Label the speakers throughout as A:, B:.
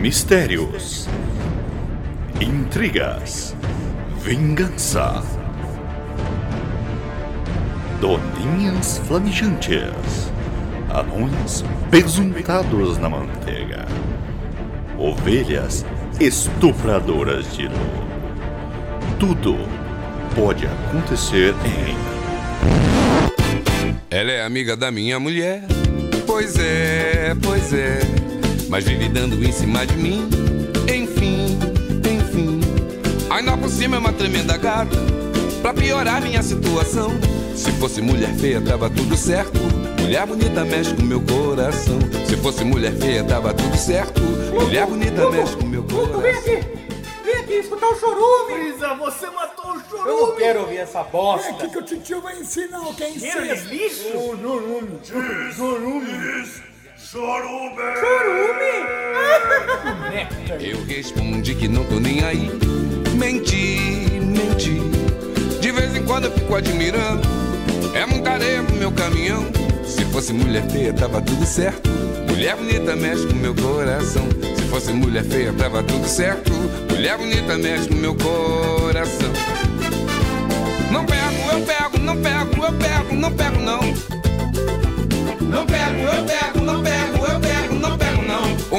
A: Mistérios, intrigas, vingança, doninhas flamejantes, anões pesuntados na manteiga, ovelhas estupradoras de luz. Tudo pode acontecer em
B: Ela é amiga da minha mulher. Pois é, pois é. Mas vive dando em cima de mim. Enfim, enfim. Ainda por cima é uma tremenda gata. Pra piorar minha situação. Se fosse mulher feia, tava tudo certo. Mulher bonita mexe com meu coração. Se fosse mulher feia, tava tudo certo. Mulher bonita mexe com meu
C: Guto, vem
B: coração.
C: aqui! Vem aqui escutar o chorume!
D: Brisa, você matou o chorume!
C: Eu não quero ouvir essa
E: É
C: bosta!
E: aqui que o titio vai ensinar o que é
C: Cheiros
E: ensino.
C: lixo!
D: O chorume! Chorume! Chorume!
C: Chorume!
B: Eu respondi que não tô nem aí. Menti, menti. De vez em quando eu fico admirando. É muita areia pro meu caminhão. Se fosse mulher feia, tava tudo certo. Mulher bonita mexe com meu coração. Se fosse mulher feia, tava tudo certo. Mulher bonita mexe com meu coração. Não pego, eu pego, não pego, eu pego, não pego, não. Não pego, eu pego, não pego, eu pego, não pego, não. O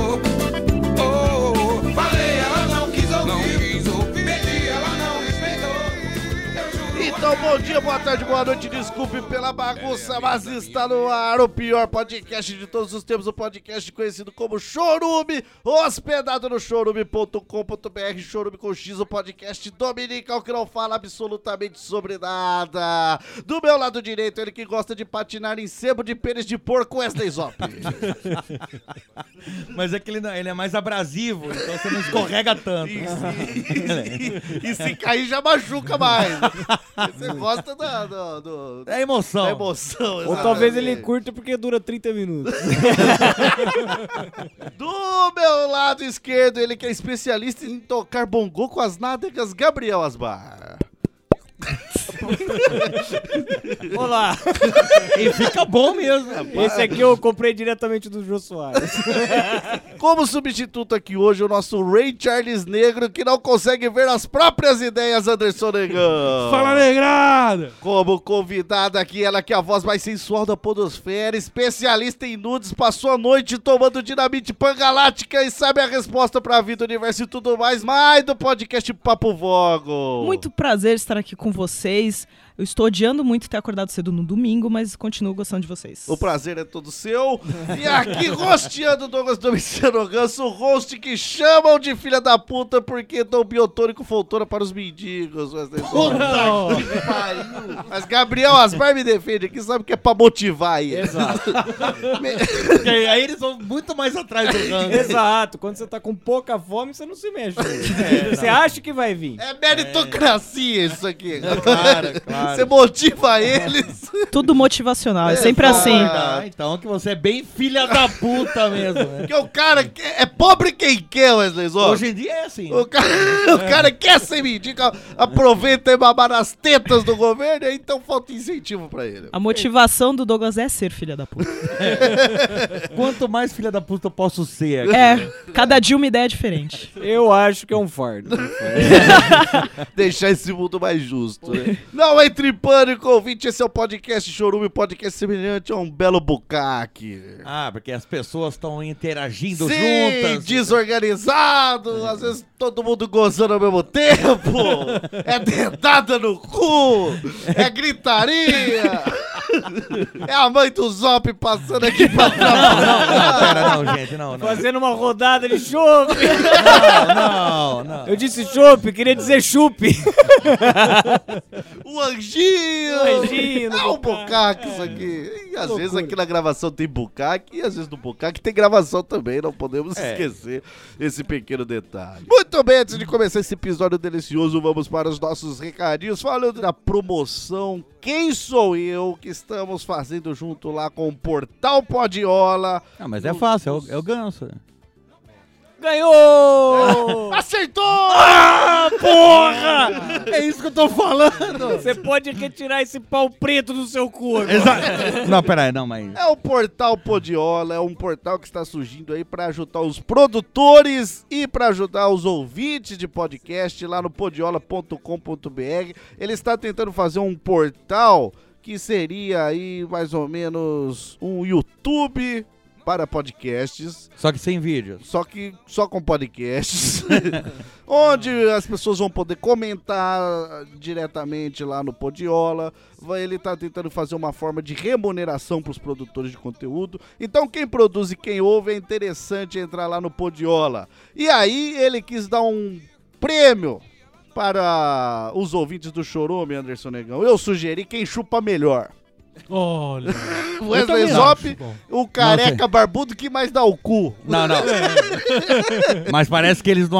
B: Oh, oh. Falei, ela não quis ouvir. Não quis ouvir. Pedi, ela não respeitou. Eu juro, a
F: Então, bom dia, boa tarde, boa noite. Desculpe pela bagunça, mas está no ar o pior podcast de todos os tempos, o podcast conhecido como Chorume, hospedado no chorume.com.br, chorume com X, o podcast dominical que não fala absolutamente sobre nada. Do meu lado direito, ele que gosta de patinar em sebo de pênis de porco, Wesley Zop.
G: Mas é que ele, não- ele é mais abrasivo, então você não escorrega tanto.
F: e se cair, já machuca mais. Você gosta da, do- do-
G: É emoção.
F: da emoção. Ah, é.
H: Ou talvez ele
F: exatamente.
H: curta porque dura 30 minutos.
F: Do meu lado esquerdo, ele que é especialista em tocar bongô com as nádegas, Gabriel Asbar.
H: Olá!
G: E fica bom mesmo.
H: Esse aqui eu comprei diretamente do Jô Soares.
F: Como substituto aqui hoje, o nosso Ray Charles Negro, que não consegue ver as próprias ideias, Anderson Negão.
H: negrada!
F: Como convidada aqui, ela que é a voz mais sensual da podosfera, especialista em nudes, passou a noite tomando dinamite pangalática e sabe a resposta pra vida, universo e tudo mais, mais do podcast Papo Vogo.
I: Muito prazer estar aqui com vocês. Eu estou odiando muito ter acordado cedo no domingo, mas continuo gostando de vocês.
F: O prazer é todo seu. E aqui, rosteando Douglas Domiciano Ganso, o host que chamam de filha da puta porque dão biotônico foltora para os mendigos. Wesley Zó. Mas Gabriel Asmar me defende aqui, sabe que é pra motivar aí. Exato.
G: Porque aí eles vão muito mais atrás do rango.
H: Exato, quando você tá com pouca fome, você não se mexe. você acha que vai vir.
F: É meritocracia isso aqui.
G: É. Claro, claro.
F: Você motiva eles.
I: Tudo motivacional, é sempre
F: foda.
I: assim.
G: Ah, então que você é bem filha da puta mesmo. né?
F: Porque o cara que- é pobre quem quer, Wesley Zó.
G: Hoje em dia é assim.
F: O cara, o cara quer ser mendigo, aproveita e babar nas tetas do governo, aí então falta incentivo pra ele.
I: A motivação do Douglas é ser filha da puta.
G: Quanto mais filha da puta eu posso ser. aqui.
I: É, cada dia uma ideia diferente.
H: Eu acho que é um fardo.
F: Deixar esse mundo mais justo, né? Não entre em pânico, ouvinte, esse é o podcast Chorume, podcast semelhante a um belo bucaque.
G: Ah, porque as pessoas estão interagindo
F: Sim,
G: juntas.
F: desorganizado, às vezes todo mundo gozando ao mesmo tempo, é dedada no cu, é gritaria, é a mãe do Zop passando aqui pra trabalhar.
G: Não, pera, não, gente, não, não.
H: Fazendo uma rodada de chope.
G: Não, não.
H: Eu disse chope, queria dizer chupe.
F: O anjinho!
H: O anjinho do
F: É um
H: Bucaque.
F: É. bocaque isso aqui. E às vezes
H: Loucura.
F: aqui na gravação tem bucaque, e às vezes no bucaque tem gravação também, não podemos
H: É.
F: esquecer esse pequeno detalhe. Muito bem, antes de começar esse episódio delicioso, vamos para os nossos recadinhos, falando da promoção Quem Sou Eu, que estamos fazendo junto lá com o Portal Podiola.
G: Ah, mas é fácil, é o, é o ganso. né?
H: Ganhou!
F: Aceitou! Ah,
G: É isso que eu tô falando!
H: Você pode retirar esse pau preto do seu cu. agora.
G: Exato! Não, peraí, não, mas.
F: É o portal Podiola, é um portal que está surgindo aí para ajudar os produtores e para ajudar os ouvintes de podcast lá no podiola.com.br. Ele está tentando fazer um portal que seria aí mais ou menos um YouTube para podcasts
G: Só que sem vídeos.
F: só que só com podcasts, onde as pessoas vão poder comentar diretamente lá no Podiola. Vai- Ele tá tentando fazer uma forma de remuneração para os produtores de conteúdo. Então quem produz e quem ouve é interessante entrar lá no Podiola. E aí ele quis dar um prêmio para os ouvintes do Chorume, Anderson Negão. Eu sugeri quem chupa melhor.
G: Olha.
F: O
G: também
F: Wesley
G: acho,
F: Zop,
G: bom.
F: o careca barbudo que mais dá o cu.
G: Não, não. Mas parece que eles não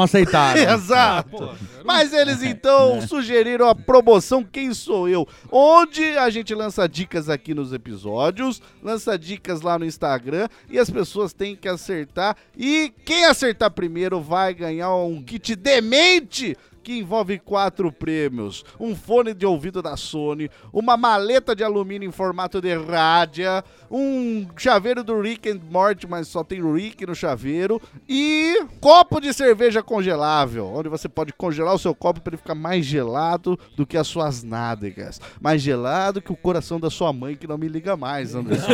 G: aceitaram.
F: Exato. Mas eles então sugeriram a promoção Quem Sou Eu, onde a gente lança dicas aqui nos episódios, lança dicas lá no Instagram e as pessoas têm que acertar. E quem acertar primeiro vai ganhar um kit demente. Que envolve quatro prêmios: um fone de ouvido da Sony, uma maleta de alumínio em formato de rádia, um chaveiro do Rick and Morty, mas só tem Rick no chaveiro, e copo de cerveja congelável, onde você pode congelar o seu copo para ele ficar mais gelado do que as suas nádegas. Mais gelado que o coração da sua mãe, que não me liga mais, Anderson.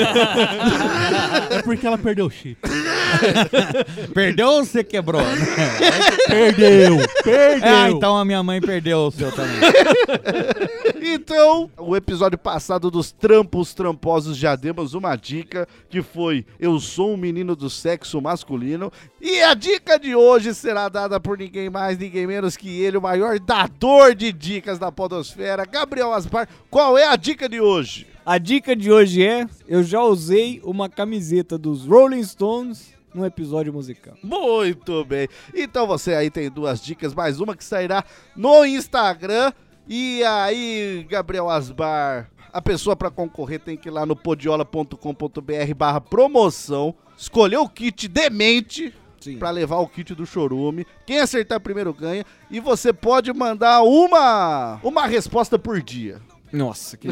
G: É porque ela perdeu o chip. perdeu ou você quebrou? perdeu! Perdeu! Ah, então a minha mãe perdeu o seu também.
F: então, o episódio passado dos Trampos Tramposos já demos uma dica, que foi Eu sou um menino do sexo masculino. E a dica de hoje será dada por ninguém mais, ninguém menos que ele, o maior dador de dicas da podosfera, Gabriel Aspar. Qual é a dica de hoje?
H: A dica de hoje é: eu já usei uma camiseta dos Rolling Stones num episódio musical.
F: Muito bem. Então você aí tem duas dicas, mais uma que sairá no Instagram. E aí, Gabriel Asbar, a pessoa para concorrer tem que ir lá no podiola.com.br barra promoção, escolher o kit demente
H: Sim.
F: para levar o kit do chorume. Quem acertar primeiro ganha e você pode mandar uma uma resposta por dia.
H: Nossa, que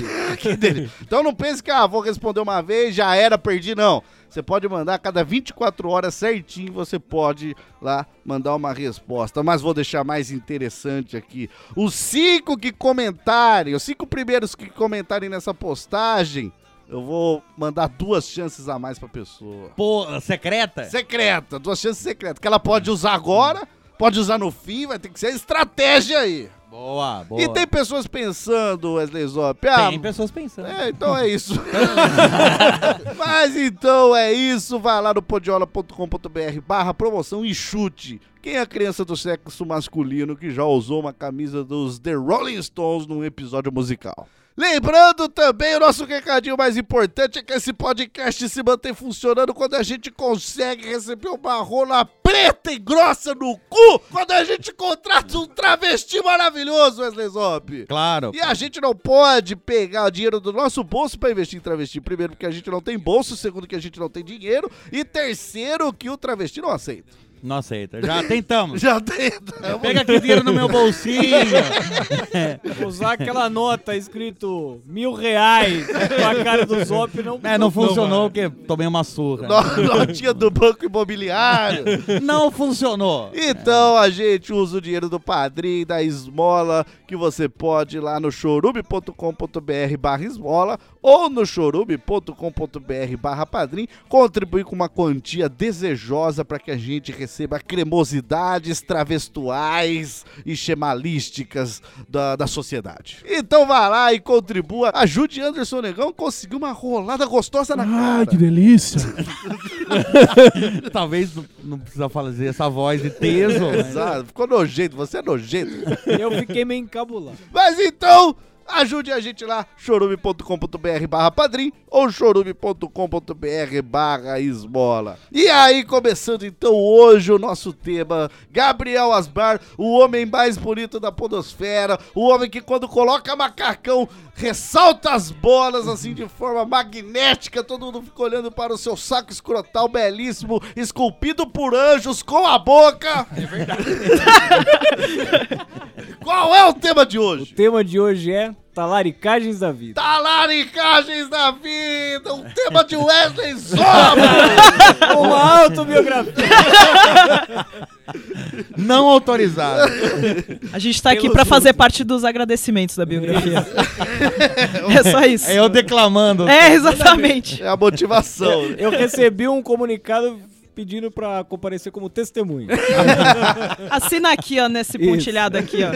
F: Então não pense que, ah, vou responder uma vez, já era, perdi, não. Você pode mandar a cada 24 horas certinho, você pode lá mandar uma resposta. Mas vou deixar mais interessante aqui. Os cinco que comentarem, os cinco primeiros que comentarem nessa postagem, eu vou mandar duas chances a mais pra pessoa.
G: Pô, secreta?
F: Secreta, duas chances secretas. Que ela pode usar agora, pode usar no fim, vai ter que ser estratégia aí.
G: Boa, boa.
F: E tem pessoas pensando, Wesley Zop, ah,
G: Tem pessoas pensando.
F: é, então é isso. Mas então é isso. Vai lá no podiola.com.br barra promoção e chute. Quem é a criança do sexo masculino que já usou uma camisa dos The Rolling Stones num episódio musical? Lembrando também, o nosso recadinho mais importante é que esse podcast se mantém funcionando quando a gente consegue receber uma rola preta e grossa no cu, quando a gente contrata um travesti maravilhoso, Wesley Zop.
G: Claro.
F: E a gente não pode pegar o dinheiro do nosso bolso pra investir em travesti. Primeiro, porque a gente não tem bolso. Segundo, que a gente não tem dinheiro. E terceiro, que o travesti não aceita. É
G: Não aceita. Já tentamos.
F: Já tem. tá?
G: Pega aqui dinheiro no meu bolsinho.
H: usar aquela nota escrito mil reais com a cara do Zop não
G: É, não funcionou porque tomei uma surra.
F: Notinha do banco imobiliário.
G: Não funcionou. É.
F: Então a gente usa o dinheiro do padrinho, da esmola, que você pode ir lá no chorube.com.br barra esmola ou no chorube.com.br barra padrim, contribuir com uma quantia desejosa para que a gente receba cremosidades travestuais e chemalísticas da, da sociedade. Então vá lá e contribua, ajude Anderson Negão a conseguir uma rolada gostosa na cara.
G: delícia. Talvez não, não precisa fazer essa voz de teso. mas-
F: Exato, ficou nojento, você é nojento.
H: Eu fiquei meio encabulado.
F: Mas então, Ajude a gente lá, chorume.com.br barra padrim ou chorume.com.br barra esmola. E aí, começando então hoje o nosso tema, Gabriel Asbar, o homem mais bonito da podosfera, o homem que quando coloca macacão, ressalta as bolas assim de forma magnética, todo mundo fica olhando para o seu saco escrotal belíssimo, esculpido por anjos com a boca. É verdade. Qual é o tema de hoje?
H: O tema de hoje é Talaricagens da Vida.
F: Talaricagens da vida, um tema de Wesley Zoma.
G: Tá
H: Uma autobiografia.
G: Não autorizado.
I: A gente tá aqui pra fazer parte dos agradecimentos da biografia. é só isso.
G: É eu declamando.
I: É, exatamente.
F: É a motivação. né?
H: Eu recebi um comunicado pedindo pra comparecer como testemunha.
I: Assina aqui, ó, nesse
H: Isso.
I: pontilhado aqui, ó.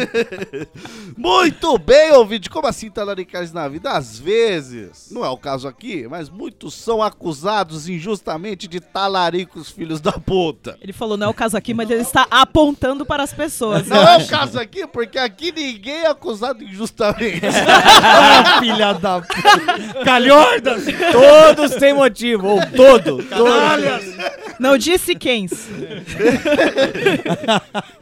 F: Muito bem, ouvinte. Como assim talaricagens na vida? Às vezes, não é o caso aqui, mas muitos são acusados injustamente de talaricos filhos da puta.
I: Ele falou, não é o caso aqui, mas ele está apontando para as pessoas.
F: Não é o caso aqui, porque aqui ninguém é acusado injustamente.
G: Ah, filha da puta. Calhordas.
H: Todos têm motivo, ou todos. todos.
I: Não disse quem.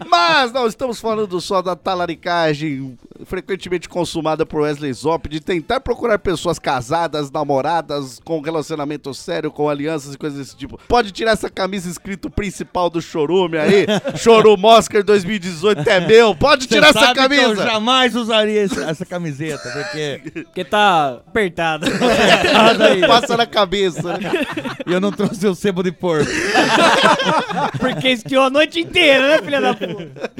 F: Mas não estamos falando só da talaricagem frequentemente consumada por Wesley Zop de tentar procurar pessoas casadas, namoradas, com relacionamento sério, com alianças e coisas desse tipo. Pode tirar essa camisa escrito principal do Chorume aí, Chorume Oscar 2018 é meu. Pode
G: Você
F: tirar essa
G: sabe que eu
F: camisa.
G: jamais usaria esse- essa camiseta, porque
H: Porque tá apertado.
F: Passa na cabeça. né?
G: eu não trouxe o sebo de porco.
H: Porque esquiou a noite inteira, né, filha da puta?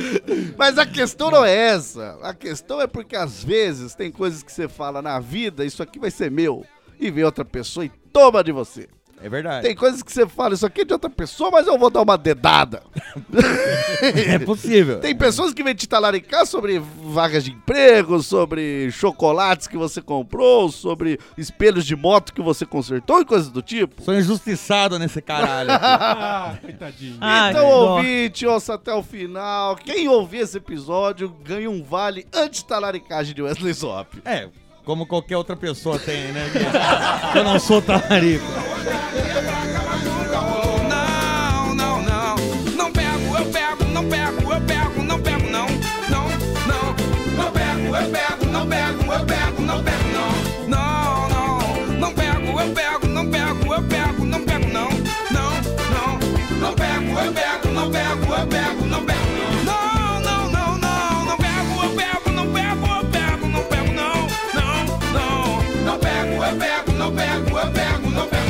F: Mas a questão não é essa. A questão é porque às vezes tem coisas que você fala na vida, isso aqui vai ser meu. E vem outra pessoa e toma de você.
G: É verdade.
F: Tem coisas que você fala, isso aqui é de outra pessoa, mas eu vou dar uma dedada.
G: É possível.
F: Tem pessoas que vêm te talaricar sobre vagas de emprego, sobre chocolates que você comprou, sobre espelhos de moto que você consertou e coisas do tipo.
G: Sou injustiçado nesse caralho. aqui.
D: Ah, coitadinho.
I: Ah,
F: então,
I: que dó.
F: ouvinte, ouça até o final. Quem ouvir esse episódio ganha um vale anti-talaricagem de Wesley Zop.
G: É, como qualquer outra pessoa tem, né? Eu não sou talarico.
B: Não, não, não, não pego, eu pego, não pego, eu pego, não pego, não, não, não, não pego, eu pego, não pego, eu pego, não pego, não, não, não, não pego, eu pego, não pego, eu pego, não pego, não, não, não, não pego, eu pego, não pego, eu pego, não pego, não, não, não, não, não pego, eu pego, não pego, eu pego, não pego, não, não, não, não pego, eu pego, não pego, eu pego, não pego, não, não, não, não pego, eu pego, não pego, eu pego, não pego, não, não, não, não pego, eu pego, não pego, eu pego, não pego, não.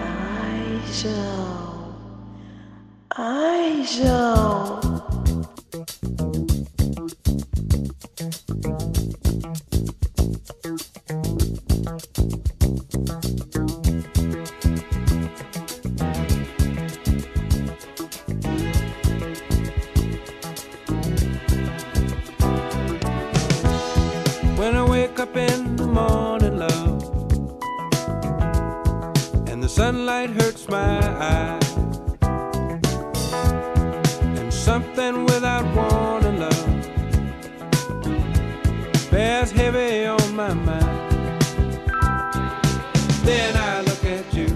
J: Ai, João. Ai, João.
B: When I wake up in the morning, love, and the sunlight hurts my eyes, and something without warning, love, bears heavy on my mind. Then I look at you.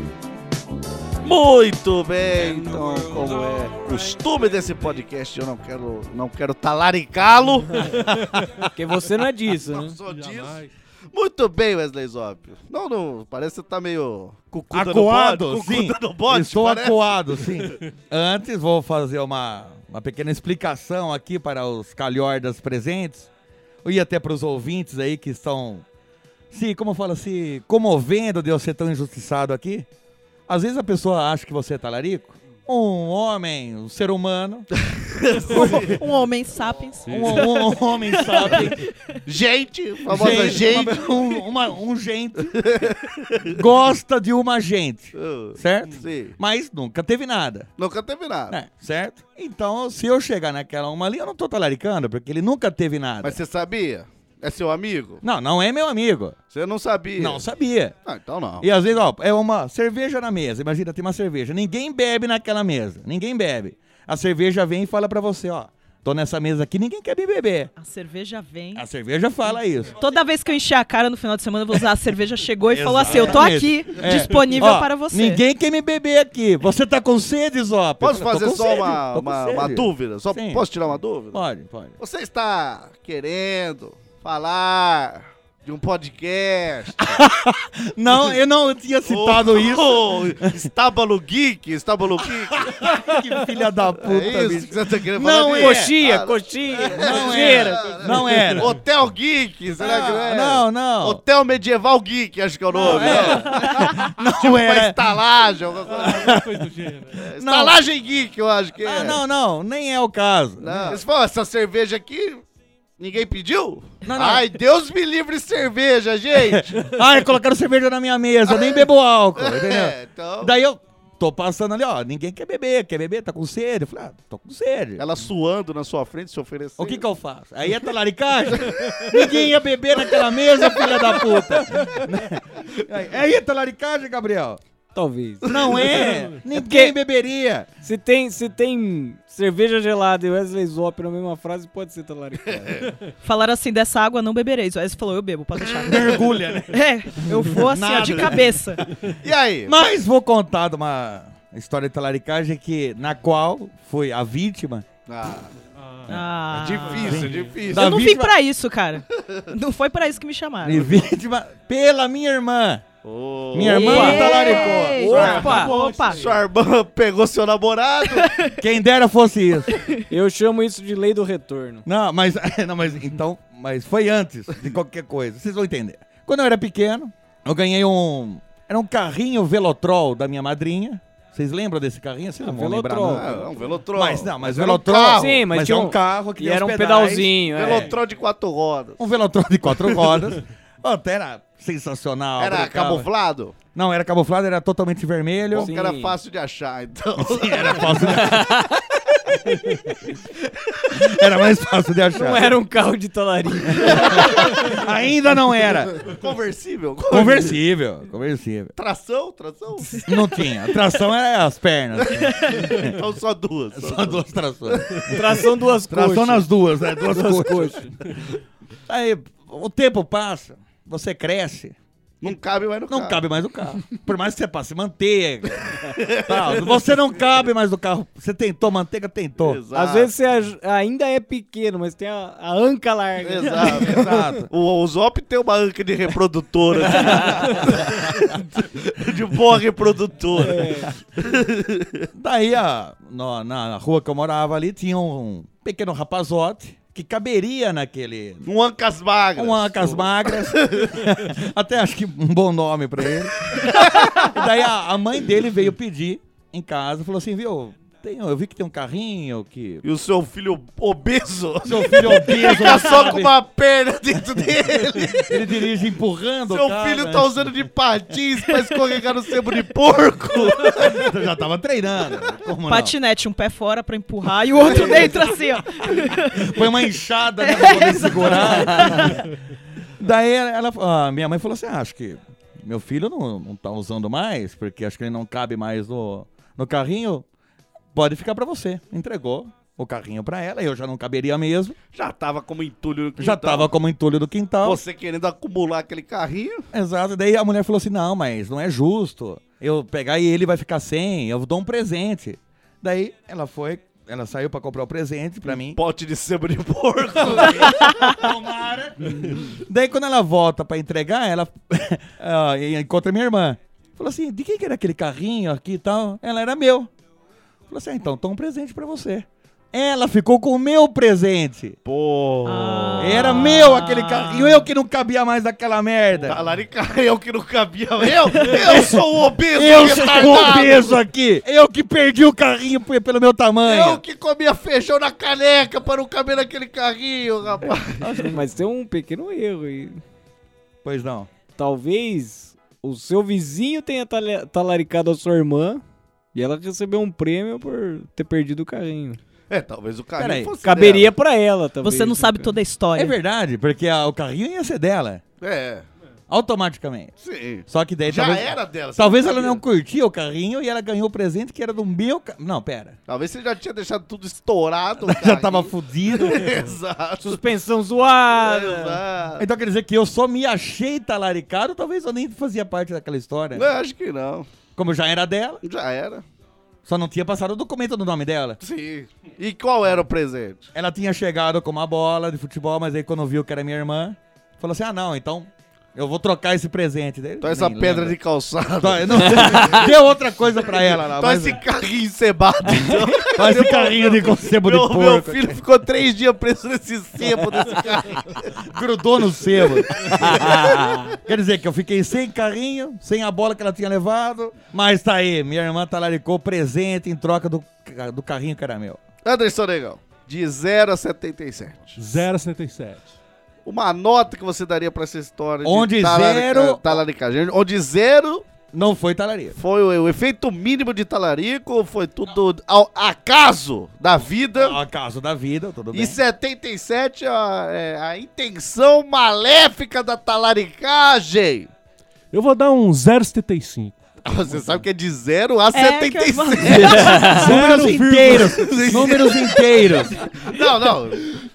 F: Muito bem, então, como é costume desse podcast, eu não quero, não quero talaricá-lo.
H: Porque você não é disso, né?
F: Só disso. Muito bem, Wesley Zop. Não, não, parece que você tá meio cucuda no
G: Acuado,
F: bode.
G: sim.
F: Cucuda no bode,
G: Estou
F: parece.
G: acuado, sim. Antes vou fazer uma, uma pequena explicação aqui para os calhordas presentes e até para os ouvintes aí que estão se, como fala, se comovendo de eu ser tão injustiçado aqui. Às vezes a pessoa acha que você é talarico. Um homem, um ser humano,
I: Um homem sapiens.
G: um, um- um homem sabe,
F: Gente, famosa gente.
G: um, uma- um gente gosta de uma gente,
F: Ah,
G: certo?
F: Sim.
G: Mas nunca teve nada.
F: Nunca teve nada.
G: né, Certo? Então, se eu chegar naquela uma ali, eu não tô talaricando, porque ele nunca teve nada.
F: Mas você sabia? É seu amigo?
G: Não, não é meu amigo.
F: Você não sabia?
G: Não sabia.
F: Ah, então não.
G: E às vezes, ó, é uma cerveja na mesa. Imagina, tem uma cerveja. Ninguém bebe naquela mesa. Ninguém bebe. A cerveja vem e fala pra você, ó. Tô nessa mesa aqui, ninguém quer me beber.
I: A cerveja vem.
G: A cerveja fala isso.
I: Toda vez que eu encher a cara no final de semana, eu vou usar a cerveja chegou e falou assim: Eu tô aqui,
G: É.
I: disponível
G: Ó,
I: para você.
G: Ninguém quer me beber aqui. Você tá com sede, Zop?
F: Posso
G: Eu tô
F: fazer
G: com
F: só
G: sede,
F: uma,
G: tô com
F: uma,
G: sede.
F: uma dúvida? Só
G: Sim.
F: posso tirar uma dúvida?
G: Pode, pode.
F: Você está querendo falar de um podcast?
G: Não, eu não tinha Ah, citado
F: Oh,
G: isso.
F: oh, Estábalo Geek, Estábalo Geek.
G: que filha da puta,
F: É isso
G: bicho.
F: que você tá querendo falar? Ah,
G: Não
F: de-
G: é.
H: Coxinha, coxinha,
G: Não
H: ligeira.
G: era. Não era.
F: Hotel Geek, será que não é?
G: Ah, Não, não.
F: Hotel Medieval Geek, acho que é o nome.
G: Não
F: Uma
G: era. Ah,
F: estalagem, alguma coisa. É, Estalagem Geek, eu acho que é.
G: Ah, não, não. Nem é o caso.
F: Não. Eles falam, essa cerveja aqui, ninguém pediu?
G: Não, não.
F: Ai, Deus me livre de cerveja, gente. É,
G: Ai, colocaram cerveja na minha mesa. Nem bebo álcool, entendeu?
F: Ah, é, então...
G: Daí eu tô passando ali, ó. Ninguém quer beber. Quer beber? Tá com sede? Eu falei, ah, tô com sede.
F: Ela suando na sua frente, se oferecendo.
G: O que que eu faço? Aí é talaricagem? Ninguém ia beber naquela mesa, filha da puta. Aí é talaricagem, Gabriel?
H: Talvez.
G: Não é. Ninguém
H: porque-
G: beberia.
H: Se tem, se tem cerveja gelada e Wesley Zop na mesma frase, pode ser talaricada.
I: Falaram assim: Dessa água não bebereis. Aí você falou: Eu bebo, pode deixar.
G: Mergulha, né?
I: é, eu vou assim, ó, de
H: É
I: cabeça.
F: E aí?
G: Mas vou contar de uma história de talaricagem que, na qual foi a vítima.
F: Ah,
I: Ah.
F: difícil, difícil.
G: Da
I: Eu não vim
G: vítima-
I: pra isso, cara. Não foi pra isso que me chamaram.
G: E vítima pela minha irmã.
F: Ô,
G: Minha irmã tá
I: Ei!
G: talaricou.
I: Opa, opa.
F: Sua irmã pegou seu namorado.
G: Quem dera fosse isso.
H: Eu chamo isso de lei do retorno.
G: Não, mas não, mas então, mas foi antes de qualquer coisa. Vocês vão entender. Quando eu era pequeno, eu ganhei um era um carrinho Velotrol da minha madrinha. Vocês lembram desse carrinho? Vocês não vão lembrar.
H: Velotrol.
G: não.
F: Ah, é um velotrol.
G: Mas não, mas,
F: era um
G: Velotrol.
F: carro.
H: Sim, mas
G: é
H: tinha
G: um
H: um-
G: carro que
H: E
G: tem
H: era
G: uns
H: um
G: pedais.
H: pedalzinho, é.
F: Velotrol de quatro rodas.
G: Um Velotrol de quatro rodas. Até era sensacional.
F: Era
G: brincava.
F: camuflado?
G: Não, era camuflado, era totalmente vermelho.
F: Bom, que era fácil de achar, então.
G: Era fácil de... Era mais fácil de achar.
H: Não era um carro de talarica.
G: Ainda não era.
F: Conversível?
G: Conversível, conversível.
F: Tração? Tração?
G: Não tinha. A tração era as pernas.
F: Então só duas. só
G: É Só duas trações.
H: Tração duas
G: Tração
H: coxas.
G: nas duas, né? Duas,
H: duas
G: coxas.
H: coxas.
G: Aí, o tempo passa, você cresce,
F: Não cabe mais no
G: não
F: carro.
G: cabe mais no carro. Por mais que você passe manteiga, tal, você não cabe mais no carro. Você tentou manteiga, tentou.
F: Exato.
H: Às vezes você aj- ainda é pequeno, mas tem a, a anca larga.
F: Exato.
G: Exato.
F: O, o Zop tem uma anca de reprodutora. de, de boa reprodutora.
G: É. Daí, a, no- na rua que eu morava ali, tinha um pequeno rapazote que caberia naquele...
F: Um ancas magras.
G: Um Ancas Magras. Até acho que um bom nome pra ele. E daí a, a mãe dele veio pedir em casa, falou assim, viu, tem- eu vi que tem um carrinho que...
F: E o seu filho obeso
G: Seu filho é obeso,
F: fica só
G: sabe?
F: com uma perna dentro dele.
G: Ele dirige empurrando o
F: Seu
G: cara. né?
F: filho tá usando de patins pra escorregar no sebo de porco.
G: Eu já tava treinando. Como não?
I: Patinete, um pé fora pra empurrar e o outro dentro assim, ó.
G: Põe uma enxada né, pra poder segurar. Daí ela, ela- a minha mãe falou assim: ah, acho que meu filho não, não tá usando mais, porque acho que ele não cabe mais no, no carrinho. Pode ficar pra você. Entregou o carrinho pra ela, eu já não caberia mesmo.
F: Já tava como entulho no
G: já
F: quintal.
G: tava como entulho do quintal.
F: Você querendo acumular aquele carrinho.
G: Exato. Daí a mulher falou assim: não, mas não é justo. Eu pegar e ele vai ficar sem, eu dou um presente. Daí ela foi, ela saiu pra comprar o presente pra mim.
F: Um Pote de sebo de porco.
G: Daí quando ela volta pra entregar, ela ah, e encontra minha irmã. Falou assim, de quem que era aquele carrinho aqui e tal? Ela era meu. Falou assim, ah, então toma um presente pra você. Ela ficou com o meu presente.
F: Pô.
G: Era meu aquele carrinho, eu que não cabia mais naquela merda.
F: Talarica, eu que não cabia. Eu, eu sou o obeso.
G: Eu sou
F: retardado.
G: o obeso aqui. Eu que perdi o carrinho pe- pelo meu
F: Eu
G: tamanho.
F: que comia feijão na caneca para não caber naquele carrinho, rapaz.
H: Mas tem um pequeno erro aí.
G: Pois não.
H: Talvez o seu vizinho tenha tala- talaricado a sua irmã e ela recebeu um prêmio por ter perdido o carrinho.
F: É, talvez o carrinho
G: Peraí,
F: fosse
H: Caberia pra ela também. né?
I: Você não sabe toda a história.
G: É verdade, porque a- o carrinho ia ser dela.
F: dela. É,
G: Automaticamente.
F: sim.
G: Só que daí
F: Já
G: É, talvez.
F: era dela, você
G: Talvez
F: não
G: ela
F: sabia.
G: não curtia o carrinho e ela ganhou o presente que era do meu. ca- Não, pera.
F: Talvez você já tinha deixado tudo estourado. o
G: Já
F: carrinho.
G: tava fudido.
F: Exato.
H: Suspensão zoada.
F: Exato.
G: Então quer dizer que eu só me achei talaricado, talvez eu nem fazia parte daquela história.
F: Não, acho que não.
G: Como já era dela,
F: Já era.
G: só não tinha passado o documento do nome dela.
F: Sim. E qual era o presente?
G: Ela tinha chegado com uma bola de futebol, mas aí quando viu que era minha irmã, falou assim: ah, não, então eu vou trocar esse presente. Daí,
F: Então essa
G: nem
F: pedra
G: lembro.
F: de calçado.
G: Então, não- Deu outra coisa pra ela lá.
F: Então
G: mas-
F: esse carrinho cebado. então.
G: Olha esse carrinho de sebo de
F: meu, meu
G: porco.
F: filho ficou três dias preso nesse sebo desse carrinho.
G: Grudou no sebo. Quer dizer que eu fiquei sem carrinho, sem a bola que ela tinha levado. Mas tá aí, minha irmã talaricou presente em troca do, ca- do carrinho que era meu.
F: Anderson Negão, de 0 a 77.
K: 0,77.
F: Uma nota que você daria pra essa história
G: Onde
F: de talarica-
G: zero-
F: talaricagem. Onde zero
G: Não foi talaria.
F: foi o, o efeito mínimo de talarico, foi tudo ao acaso da vida.
G: Acaso da vida, tudo bem.
F: E 77, a, é, a intenção maléfica da talaricagem.
K: Eu vou dar um 0,75.
F: Você sabe que é de 0 a
I: É, que eu ia
F: 77. é um
G: Números inteiros. números inteiros.
F: Não, não.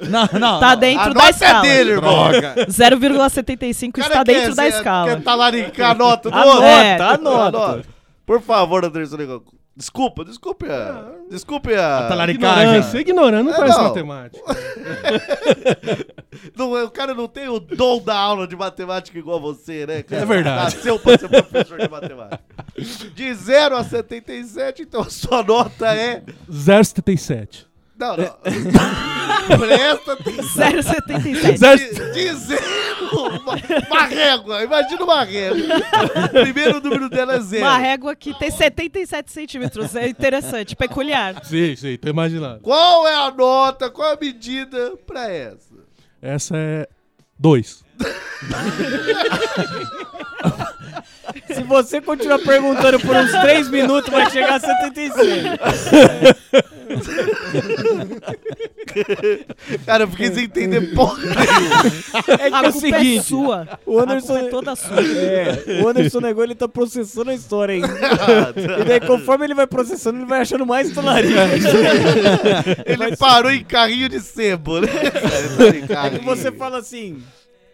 G: Não, não.
I: Tá
G: não.
F: A
I: dentro da
F: nota é
I: escala.
F: dele, irmão. é
I: 0,75 está
H: é
I: dentro da escala.
F: Quer tá talaricar a nota do
H: Anota,
F: outro?
I: É.
H: anota.
F: Por favor, Anderson Negão. Desculpa, desculpe a... Desculpe a...
K: Ignorância.
G: Talaricagem.
K: Ignorando
F: É,
K: não faz
F: não.
K: matemática.
F: Não, é, o cara não tem o dom da aula de matemática igual você, né, cara?
K: É verdade.
F: Nasceu pra ser professor de matemática. De 0 a 77, então a sua nota é...
K: 0,77.
F: Não, não.
K: É.
F: Presta atenção. De,
I: 0,77.
F: de zero, uma, uma régua. Imagina uma régua. Primeiro número dela é zero.
I: Uma régua que tem 77 centímetros. É interessante, peculiar.
K: Sim, sim, tô imaginando.
F: Qual é a nota, qual a medida pra essa?
K: Essa é 2.
H: Se você continuar perguntando por uns 3 minutos, vai chegar a 75.
F: Cara, eu fiquei sem entender porra.
H: É que
I: A
H: é o
I: culpa é
H: seguinte.
I: sua.
H: O
I: A
H: Anderson,
I: culpa é toda sua.
H: é, o Anderson Negão, ele tá processando a história ainda. e daí, conforme ele vai processando, ele vai achando mais talarico.
F: Ele parou em carrinho de sebo, né? Ele parou em
H: É que você
F: carrinho.
H: fala assim,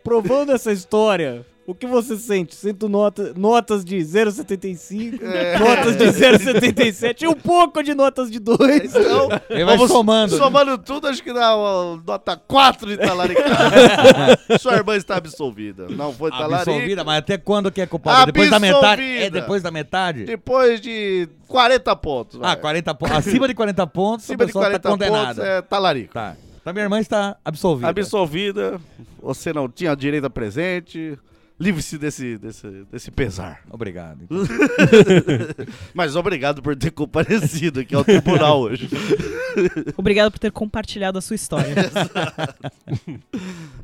H: provando essa história, o que você sente? Sinto nota, notas de 0,75,
F: É.
H: notas de 0,77 e um pouco de notas de 2.
F: Então,
G: Ele vai
F: vamos
G: somando.
F: somando tudo, acho que dá uma nota 4 de talaricagem. Sua irmã está absolvida. Não foi talarica.
G: Absolvida, mas até quando que é culpado? Depois da metade?
F: Absolvida.
G: É depois da metade?
F: Depois de 40 pontos. Tipo,
G: Ah,
F: vai.
G: 40 pontos. Acima de 40 pontos, a
F: Acima de
G: pessoa
F: 40
G: tá
F: pontos
G: condenada.
F: é talarico.
G: Tá. Então minha irmã está absolvida.
F: Absolvida, você não tinha direito a presente. Livre-se desse, desse, desse pesar.
G: Obrigado. então.
F: Mas obrigado por ter comparecido aqui ao tribunal hoje.
I: Obrigado por ter compartilhado a sua história.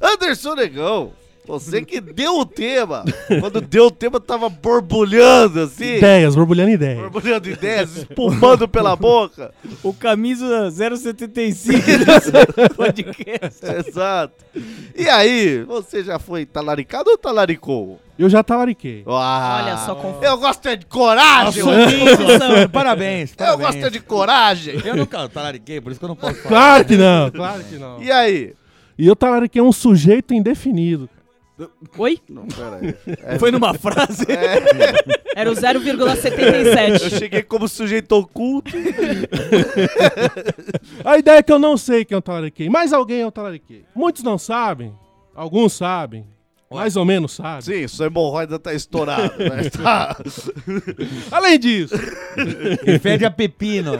F: Anderson Negão, você que deu o tema. Quando deu o tema, tava borbulhando assim.
K: Ideias, borbulhando ideias.
F: Borbulhando ideias, espumando pela boca.
H: O camisa 0,75 do podcast.
F: Exato. E aí, você já foi talaricado ou talaricou?
K: Eu já talariquei.
H: Ah.
F: Uau.
I: Olha só como-
F: Eu gosto é de coragem.
G: Parabéns, parabéns.
F: Eu gosto é de coragem.
G: Eu nunca talariquei, por isso que eu não posso falar.
K: Claro que não, claro que não.
F: E aí?
K: E eu talariquei um sujeito indefinido.
I: Oi?
H: Foi numa frase.
I: Era o
F: Eu
I: 0,77.
F: cheguei como sujeito oculto.
K: A ideia é que eu não sei quem eu talariquei, mas alguém eu talariquei. Muitos não sabem, alguns sabem, mais ou menos sabem.
F: Sim, sua hemorroida tá estourada. Né? Tá.
K: Além disso,
G: E fede a pepino.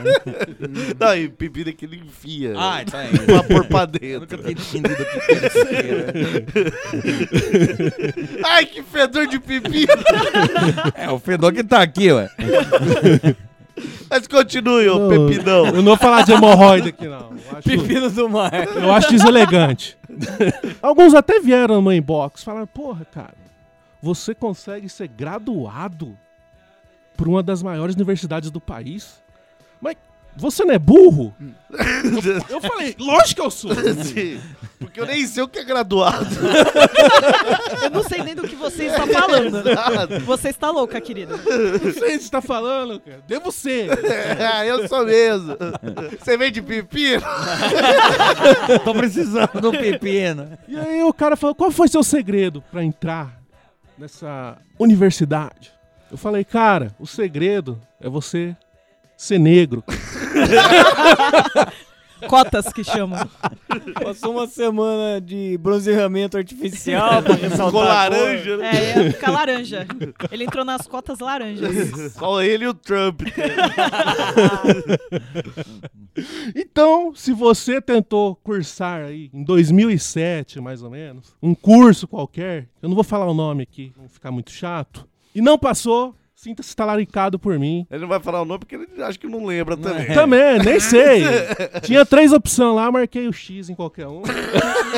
F: Não, tá, e bebida que ele enfia.
G: ah, então é
F: né?
G: isso.
F: Vapor pra
G: Nunca
F: dentro.
G: tinha entendido o que que era isso aqui, né?
F: Ai, que fedor de bebida.
G: É o fedor que tá aqui, ué.
F: Mas continue, ô pepidão.
K: eu não vou falar de hemorroida aqui, não. Eu acho,
H: Pepino do mar.
K: eu acho deselegante. Alguns até vieram no meu inbox, falaram, porra, cara, você consegue ser graduado por uma das maiores universidades do país? Mas Você não é burro? eu falei, lógico que eu sou.
F: Sim, porque eu nem sei o que é graduado.
I: Eu não sei nem do que você está falando.
F: Exato.
I: Você está louca, querida.
K: Não sei o que você tá falando, cara. Devo ser.
F: É, eu sou mesmo. Você vem de pepino?
G: Tô precisando de um pepino.
K: E aí o cara falou, qual foi seu segredo pra entrar nessa universidade? Eu falei, cara, o segredo é você ser negro.
I: Cotas que chamam.
H: Passou uma semana de bronzeamento artificial pra ressaltar.
F: Ficou
H: a cor.
F: laranja, né?
I: É, ia ficar laranja. Ele entrou nas cotas laranjas.
F: Só ele e o Trump.
K: Então, se você tentou cursar aí em 2007, mais ou menos, um curso qualquer, eu não vou falar o nome aqui, não ficar muito chato, e não passou, sinta-se talaricado por mim.
F: Ele não vai falar o nome porque ele acha que não lembra
G: É.
F: também.
K: Também, nem sei. Tinha três opções lá, marquei o X em qualquer um.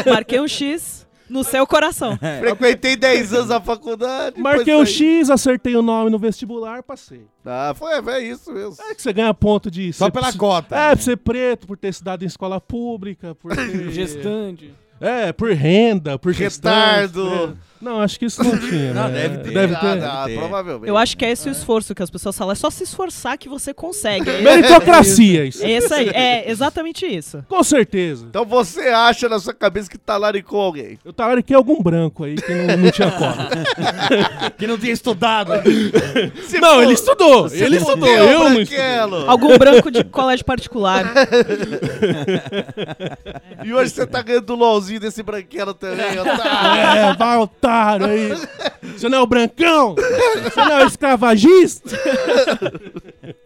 I: Marquei um X no seu coração.
F: É. Frequentei 10 anos a faculdade. depois
K: é. Marquei o
F: saí.
K: X, acertei o nome no vestibular, passei.
F: Ah, foi, é isso mesmo.
K: É que você ganha ponto de.
G: Só
K: ser-
G: pela cota.
K: É, por ser preto, por ter estudado em escola pública, por ter.
H: Gestante.
K: É, por renda, por
F: Retardo.
K: gestante, né? Não, acho que isso não tinha.
G: Não,
K: né?
G: deve ter.
K: Deve
F: Ah,
K: ter.
F: não, provavelmente.
I: Eu acho que é esse o esforço que as pessoas falam. É só se esforçar que você consegue.
K: Meritocracia, isso.
I: É isso aí. É exatamente isso.
K: Com certeza.
F: Então você acha na sua cabeça que talaricou alguém.
K: Eu talariquei algum branco aí que não, não tinha cota.
G: Que não tinha estudado.
F: Se
K: não,
F: for-
K: ele estudou. Ele
F: Fudeu,
K: estudou. Eu não é estudei.
F: Branquelo.
I: Algum branco de colégio particular.
F: E hoje você tá ganhando do LOLzinho desse branquelo também, Tá. otário.
K: É, vai otário aí. Você não é o brancão? Você não é o escravagista?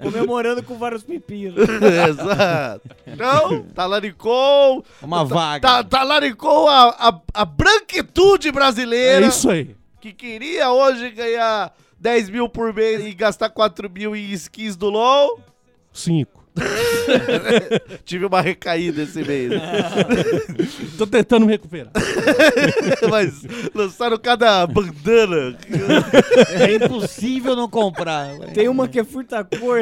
H: Comemorando com vários pepinos.
F: Exato. Então, tá Não, talaricou.
G: Uma vaga.
F: Ta- talaricou a, a, a branquitude
K: É
F: brasileira
K: isso aí.
F: que queria hoje ganhar 10 mil por mês e gastar 4 mil em skins do LOL.
K: Cinco.
F: Tive uma recaída esse mês.
K: Tô tentando me recuperar. É
F: Mas lançaram cada bandana.
G: É impossível não comprar.
H: Tem uma que é furta-cor.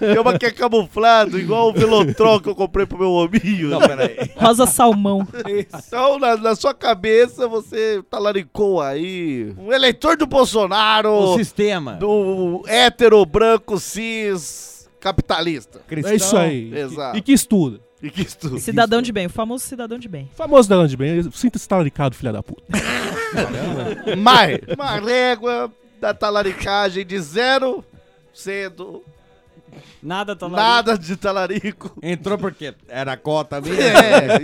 F: Tem uma que é camuflado, igual o Velotron que eu comprei pro meu hominho.
G: Não, peraí.
I: Rosa Salmão.
F: Então, na, na sua cabeça, você talaricou aí. Um eleitor do Bolsonaro.
G: O sistema.
F: do hétero branco cis capitalista.
G: cristão.
K: É isso aí.
F: Exato.
K: E que estuda.
F: E que estudo.
I: Cidadão de bem. O famoso cidadão de bem.
K: Famoso da de Bem, sinta-se talaricado, filha da puta.
F: Mai. Uma régua da talaricagem de zero, sendo
H: Nada tá lá.
F: nada de talarico.
G: Entrou porque era cota mesmo.
F: É,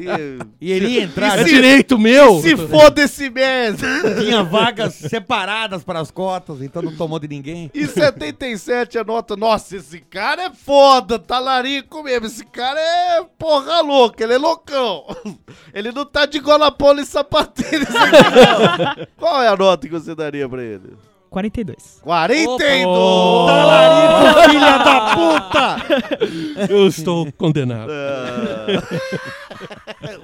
F: e,
G: E ele ia entrar,
K: É
G: já
K: direito meu!
F: se foda esse mês.
G: tinha vagas separadas para as cotas, então não tomou de ninguém.
F: Em 77 a nota, nossa, esse cara é foda, talarico mesmo, esse cara é porra louca, ele é loucão. Ele não tá de golapola e sapateiro, esse cara, não. Qual é a nota que você daria pra ele?
I: 42.
F: 42!
K: Talarico, filha da puta! Eu estou condenado.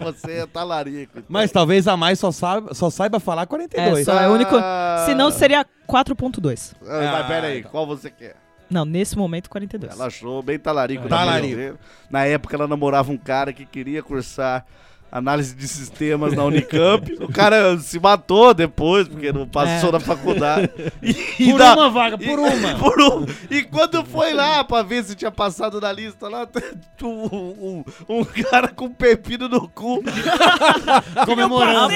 F: Você é talarico. então.
G: Mas talvez a mais só saiba, só saiba falar
I: É,
G: 42.
I: só é o único.
F: Ah.
I: Senão seria 4.2.
F: Ah, mas pera aí,
G: então.
F: qual você quer?
I: Não, nesse momento 42.
F: Ela achou bem talarico. na
G: Talarico.
F: mulher. Na época ela namorava um cara que queria cursar análise de sistemas na Unicamp. o cara se matou depois, porque não passou
I: É.
F: na faculdade. E,
G: Por
F: na-
G: uma vaga,
F: e-
G: por uma.
F: por um- E quando foi lá pra ver se tinha passado na lista lá, um, um- um cara com pepino no cu
G: comemorando.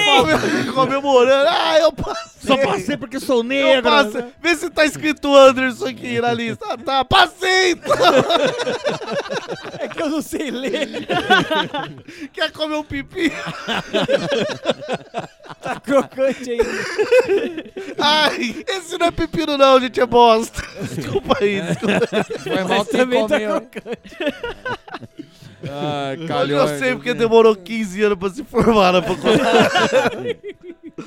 F: comemorando. Ah, eu passei.
G: Só passei porque sou
F: Eu
G: negro. né?
F: passei. Vê se tá escrito Anderson aqui na lista. Ah, tá. Passei! então.
H: É que eu não sei ler.
F: Quer comer um pipi?
H: Tá crocante aí.
F: Ai, esse não é pepino não, gente, é bosta. Desculpa aí, desculpa.
G: Foi mal
H: Mas
G: que
H: também tá
G: comeu.
H: crocante.
G: Ai,
F: Hoje
G: calhou.
F: eu sei porque demorou 15 anos pra se formar né? na faculdade.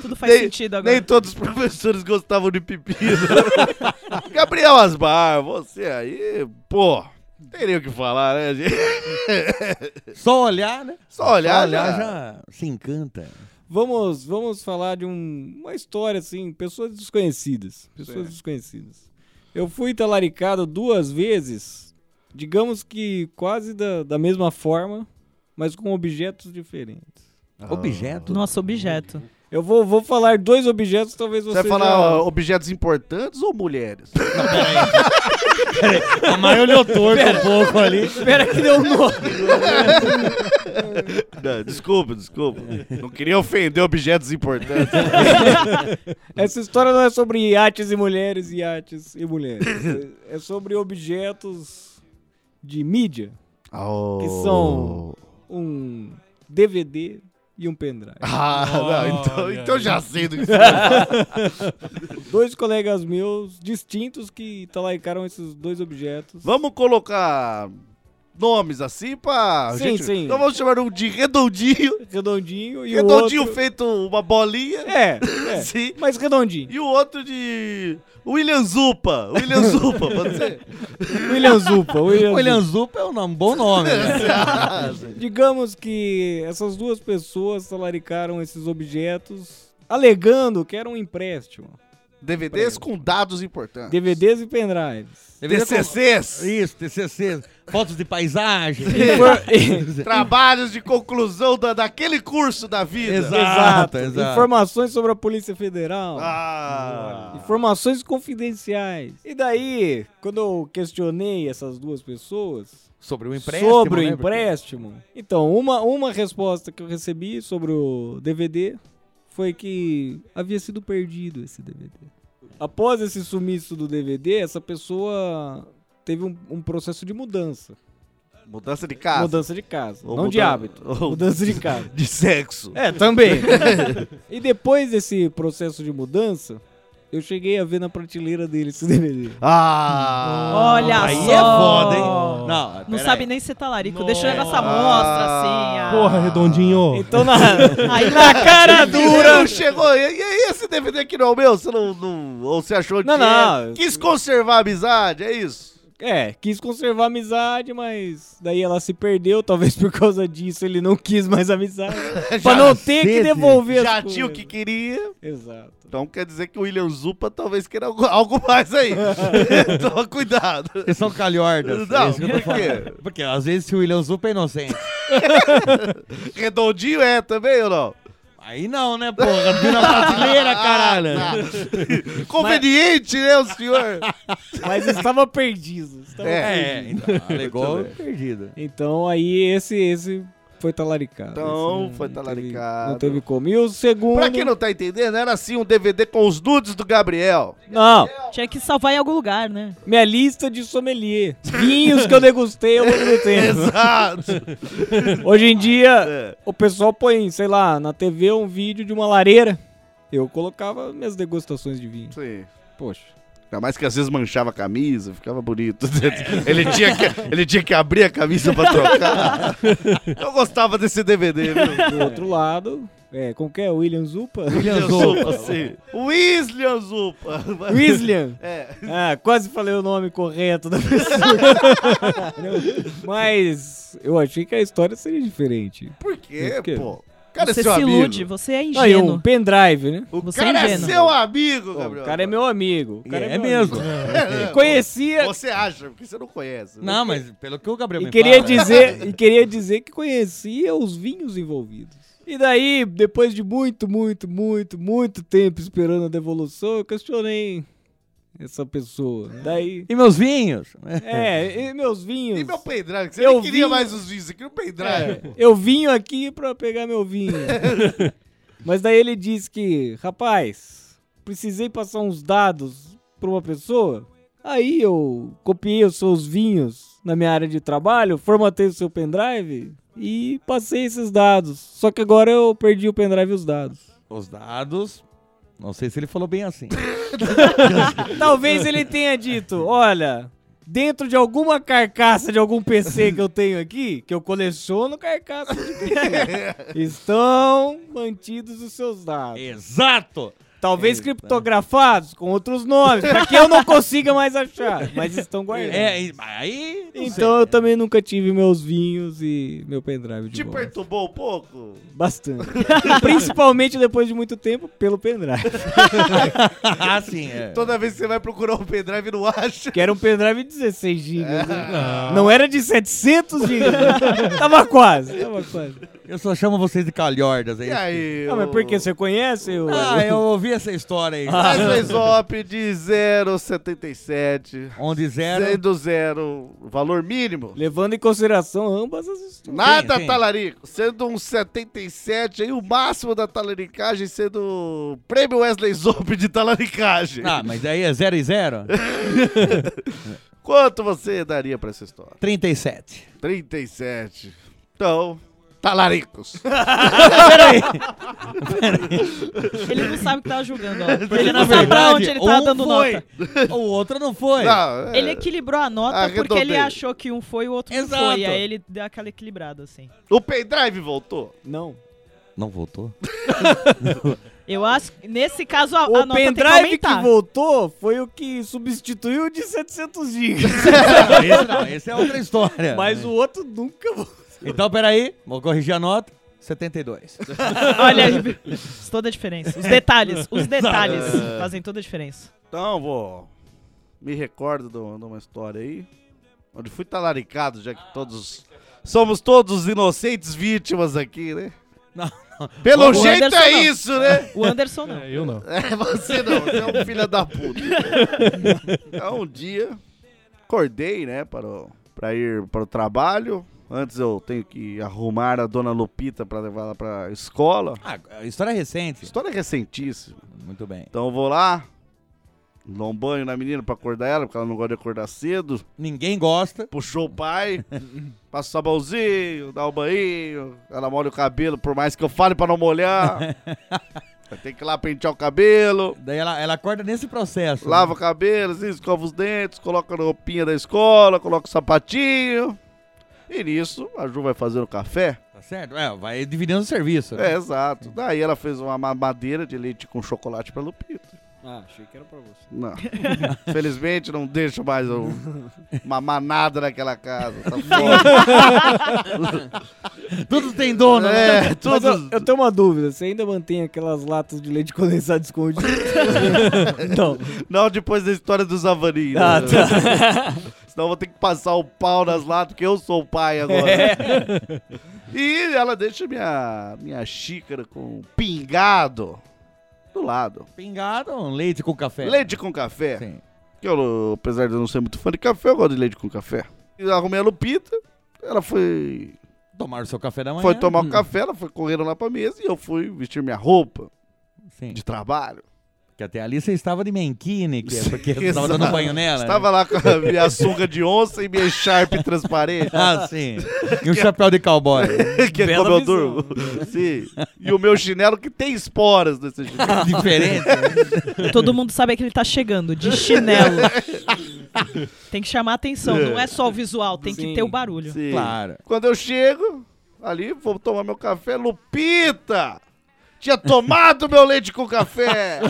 I: Tudo faz
F: Nem,
I: sentido agora.
F: nem todos os professores gostavam de pepino. Gabriel Asbar, você aí, pô, não tem nem o que falar, né, gente?
G: Só olhar, né?
F: Só olhar,
G: Só olhar
F: já.
G: já se encanta.
H: Vamos, vamos falar de um- uma história assim, pessoas desconhecidas. Pessoas desconhecidas. Eu fui talaricado duas vezes digamos que quase da, da mesma forma, mas com objetos diferentes.
G: Objeto?
I: Nossa, objeto.
H: Eu vou, vou falar dois objetos, talvez você.
F: Você vai falar
H: já-
F: ó, objetos importantes ou mulheres?
G: A Maia olhou torto um pouco ali.
H: Espera que deu um nome.
F: Não, desculpa, desculpa. Não queria ofender objetos importantes.
H: Essa história não é sobre iates e mulheres, iates e mulheres. É é sobre objetos de mídia, que são um DVD e um pendrive.
F: Ah, não, então, então eu já sei do que você vai falar.
H: Dois colegas meus distintos que tá talaicaram esses dois objetos.
F: Vamos colocar nomes assim pra.
H: Sim, sim.
F: Então vamos chamar um de redondinho.
H: Redondinho e o
F: redondinho
H: outro-
F: feito uma bolinha.
H: É, é,
F: Sim.
H: mas redondinho.
F: E o outro de. William Zupa. William Zupa, pode ser?
H: William Zupa. William,
G: William
H: Zupa.
G: Zupa é um nome- bom nome, né?
H: Digamos que essas duas pessoas tá talaricaram esses objetos alegando que era um empréstimo.
F: DVDs com dados importantes.
H: DVDs e pendrives.
F: TCCs.
G: Isso, TCCs. Fotos de paisagem.
F: Trabalhos de conclusão da, daquele curso da vida.
G: Exato, exato.
H: Informações sobre a Polícia Federal.
F: Ah.
H: Informações confidenciais. E daí, quando eu questionei essas duas pessoas
G: Sobre o empréstimo,
H: Sobre o
G: né, porque-
H: empréstimo. Então, uma, uma resposta que eu recebi sobre o DVD foi que havia sido perdido esse DVD. Após esse sumiço do DVD, essa pessoa teve um, um processo de mudança.
F: Mudança de casa.
H: Mudança de casa.
F: Ou
H: não de
F: mudan-
H: hábito.
F: ou-
H: Mudança de casa.
F: De sexo.
H: É, também. e depois desse processo de mudança, eu cheguei a ver na prateleira dele esse DVD.
F: Ah!
I: Olha
G: Aí
I: só.
G: é foda, hein? Não,
I: Não
G: pera
I: sabe nem tá ser talarico. Deixou ele nessa mostra, assim. ah.
K: Porra, redondinho.
H: Então na,
I: Aí
H: na cara dura.
F: Não chegou. E, e aí, esse DVD aqui não é o meu? Você não, não- Ou você achou
H: Não,
F: que era?
H: não.
F: Quis conservar a amizade, é isso?
H: É, quis conservar a amizade, mas daí ela se perdeu, talvez por causa disso ele não quis mais amizade. pra não ter que devolver as
F: Já
H: coisas.
F: tinha o que queria.
H: Exato.
F: Então quer dizer que o William Zupa talvez queira algo, algo mais aí. Toma cuidado.
G: Vocês são calhordas.
F: Não,
G: é isso que eu tô
F: por quê?
G: falando. Porque às vezes se o William Zupa é inocente.
F: Redondinho é também ou não?
G: Aí não, né, porra? Vira brasileira, caralho.
F: Conveniente, né, o senhor?
H: Mas estava perdido. estava
F: É.
G: É,
H: perdido.
G: então, alegou
F: bem.
G: perdida.
H: Então aí esse, esse foi talaricado.
F: Então, foi
H: Esse
F: talaricado.
H: não teve como. E o segundo...
F: Pra quem não tá entendendo, era assim um DVD com os nudes do Gabriel.
H: Não,
I: Tinha que salvar em algum lugar, né?
H: minha lista de sommelier. Vinhos que eu degustei ao longo do tempo.
F: Exato.
H: Hoje em dia,
F: É.
H: o pessoal põe, sei lá, na TV um vídeo de uma lareira. Eu colocava minhas degustações de vinho.
F: Sim.
H: Poxa.
F: Ainda mais que às vezes manchava a camisa, ficava bonito.
H: É.
F: Ele, tinha que, ele tinha que abrir a camisa pra trocar. Eu gostava desse DVD, viu?
H: Do outro lado, é, como que é? William Zupa?
G: William
F: Zupa,
G: Zupa.
F: sim. um assim. William Zupa.
H: William!
F: É.
H: Ah, quase falei o nome correto da pessoa. Não, Mas eu achei que a história seria diferente.
F: Por quê,
H: Por quê?
F: pô? O Cara, é
I: você
F: seu
I: se
F: amigo.
I: ilude, você é
H: Aí, um
I: ingênuo.
H: pendrive, né?
F: O
I: Você é
F: cara é
I: ingênuo.
F: seu amigo,
H: Pô, o
F: Gabriel.
H: cara é meu amigo. O cara
G: É,
H: meu
G: mesmo.
H: amigo.
F: É,
H: Conhecia
F: Você acha, porque você não conhece. né?
G: Não, mas pelo que o Gabriel
H: E
G: me
H: queria
G: fala,
H: dizer, e queria dizer que conhecia os vinhos envolvidos. E daí, depois de muito, muito, muito, muito tempo esperando a devolução, eu questionei essa pessoa. Daí,
G: E meus vinhos?
H: é, e meus vinhos.
F: E meu pendrive, que você
H: Eu
F: nem queria
H: vi-
F: mais os vídeos, você queria o pendrive.
H: É, eu vinho aqui pra pegar meu vinho. Mas daí ele disse que, rapaz, precisei passar uns dados pra uma pessoa. Aí eu copiei os seus vinhos na minha área de trabalho, formatei o seu pendrive e passei esses dados. Só que agora eu perdi o pendrive e os dados.
G: Os dados. Não sei se ele falou bem assim.
H: Talvez ele tenha dito, olha, dentro de alguma carcaça de algum PC que eu tenho aqui, que eu coleciono carcaça de PC, estão mantidos os seus dados.
G: Exato!
H: Talvez criptografados com outros nomes, pra que eu não consiga mais achar, mas estão guardados.
G: É, e- mas aí
H: Então eu também nunca tive meus vinhos e meu pendrive de
F: Te
H: volta.
F: perturbou um pouco?
H: Bastante. Principalmente depois de muito tempo, pelo pendrive.
F: Ah, sim, é. Toda vez que você vai procurar um pendrive, não acha.
H: Que era um pendrive de 16 GB. Não era de 700 GB. tava quase, tava quase.
G: Eu só chamo vocês de calhordas, é isso?
H: Ah, mas por que? Você conhece? o-
G: Ah, eu ouvi Ah. essa história aí.
F: Faz o Exop de 0,77.
G: Onde zero?
F: Sendo zero, valor mínimo.
H: Levando em consideração ambas as histórias.
F: Nada
H: Sim, sim.
F: talarico. Sendo um 77, aí o máximo da talaricagem sendo o prêmio Wesley Zop de talaricagem.
G: Ah, mas aí é zero e zero?
F: Quanto você daria pra essa história?
G: 37.
F: 37. Então, talaricos.
G: Peraí.
I: Ele não sabe o que tá julgando, ó. Ele não sabe pra onde ele tá
G: um
I: dando
G: foi,
I: nota.
G: O outro não foi.
F: é,
I: Ele equilibrou a nota porque
F: Arredondei.
I: ele achou que um foi e o outro
F: Exato.
I: não foi. Aí ele deu aquela equilibrada, assim.
F: O pendrive voltou?
H: Não.
G: Não voltou?
I: Eu acho que nesse caso a, a
H: O
I: nota tem que
H: pendrive que
I: aumentar.
H: voltou foi o que substituiu o de 700 GB.
G: esse não, esse é outra história.
H: Mas o outro nunca voltou.
G: Então, peraí, vou corrigir a nota. 72.
I: Olha, faz toda a diferença. Os detalhes, os detalhes
F: É.
I: fazem toda a diferença.
F: Então, vou. Me recordo de uma- de uma história aí. Onde fui talaricado, já que todos. Somos todos inocentes vítimas aqui, né?
G: Não,
F: Pelo
I: O- o
F: jeito
I: Anderson
F: é
I: não.
F: isso, né?
I: O Anderson não.
K: É, eu não.
F: É, você não, você é um filho da puta. Então, um dia, acordei, né, para, o- para ir para o trabalho. Antes eu tenho que arrumar a dona Lupita para levar ela para escola.
G: Ah, história recente.
F: História recentíssima.
G: Muito bem.
F: Então eu vou lá, dou um banho na menina pra acordar ela, porque ela não gosta de acordar cedo.
G: Ninguém gosta.
F: Puxou o pai, passa o sabãozinho, dá o banho, ela molha o cabelo, por mais que eu fale pra não molhar. Tem que ir lá pentear o cabelo.
G: Daí ela, ela acorda nesse processo.
F: Lava o cabelo, assim, escova os dentes, coloca a roupinha da escola, coloca o sapatinho. E nisso, a Ju vai fazendo café.
G: Tá certo? É, vai dividindo o serviço. né?
F: É, exato. Daí ela fez uma mamadeira de leite com chocolate pra Lupita.
H: Ah, achei que era pra você.
F: Não. Felizmente não deixo mais eu mamar nada naquela casa. Tá foda.
G: Tudo tem dono,
F: é,
H: né? Mas
F: Tudo...
H: eu, eu tenho uma dúvida. Você ainda mantém aquelas latas de leite condensado escondidas? não.
F: Não depois da história dos Avanis.
H: Ah,
F: né?
H: tá.
F: Senão eu vou ter que passar o pau nas latas, porque eu sou o pai agora.
H: É.
F: E ela deixa minha, minha xícara com pingado do lado.
G: Pingado, um leite com café.
F: Leite com café.
G: Sim.
F: Que eu, apesar de eu não ser muito fã de café, eu gosto de leite com café. E eu arrumei a Lupita, ela foi
G: Tomaram seu café da manhã.
F: Foi tomar o
G: Hum.
F: café, ela foi correndo lá pra mesa e eu fui vestir minha roupa
G: Sim.
F: de trabalho.
G: Porque até ali você estava de menquine, que é porque você estava
F: Exato.
G: dando banho nela. né?
F: Estava lá com a minha sunga de onça e minha Sharp transparente.
G: Ah, sim. E um chapéu de cowboy.
F: que é como eu durmo. Sim. E o meu chinelo que tem esporas nesse chinelo.
G: Diferente.
I: Todo mundo sabe que ele tá chegando, de chinelo. tem que chamar atenção, não é só o visual, tem que ter o barulho.
F: Sim.
G: Claro.
F: Quando eu chego, ali, vou tomar meu café. Lupita! Tinha tomado meu leite com café!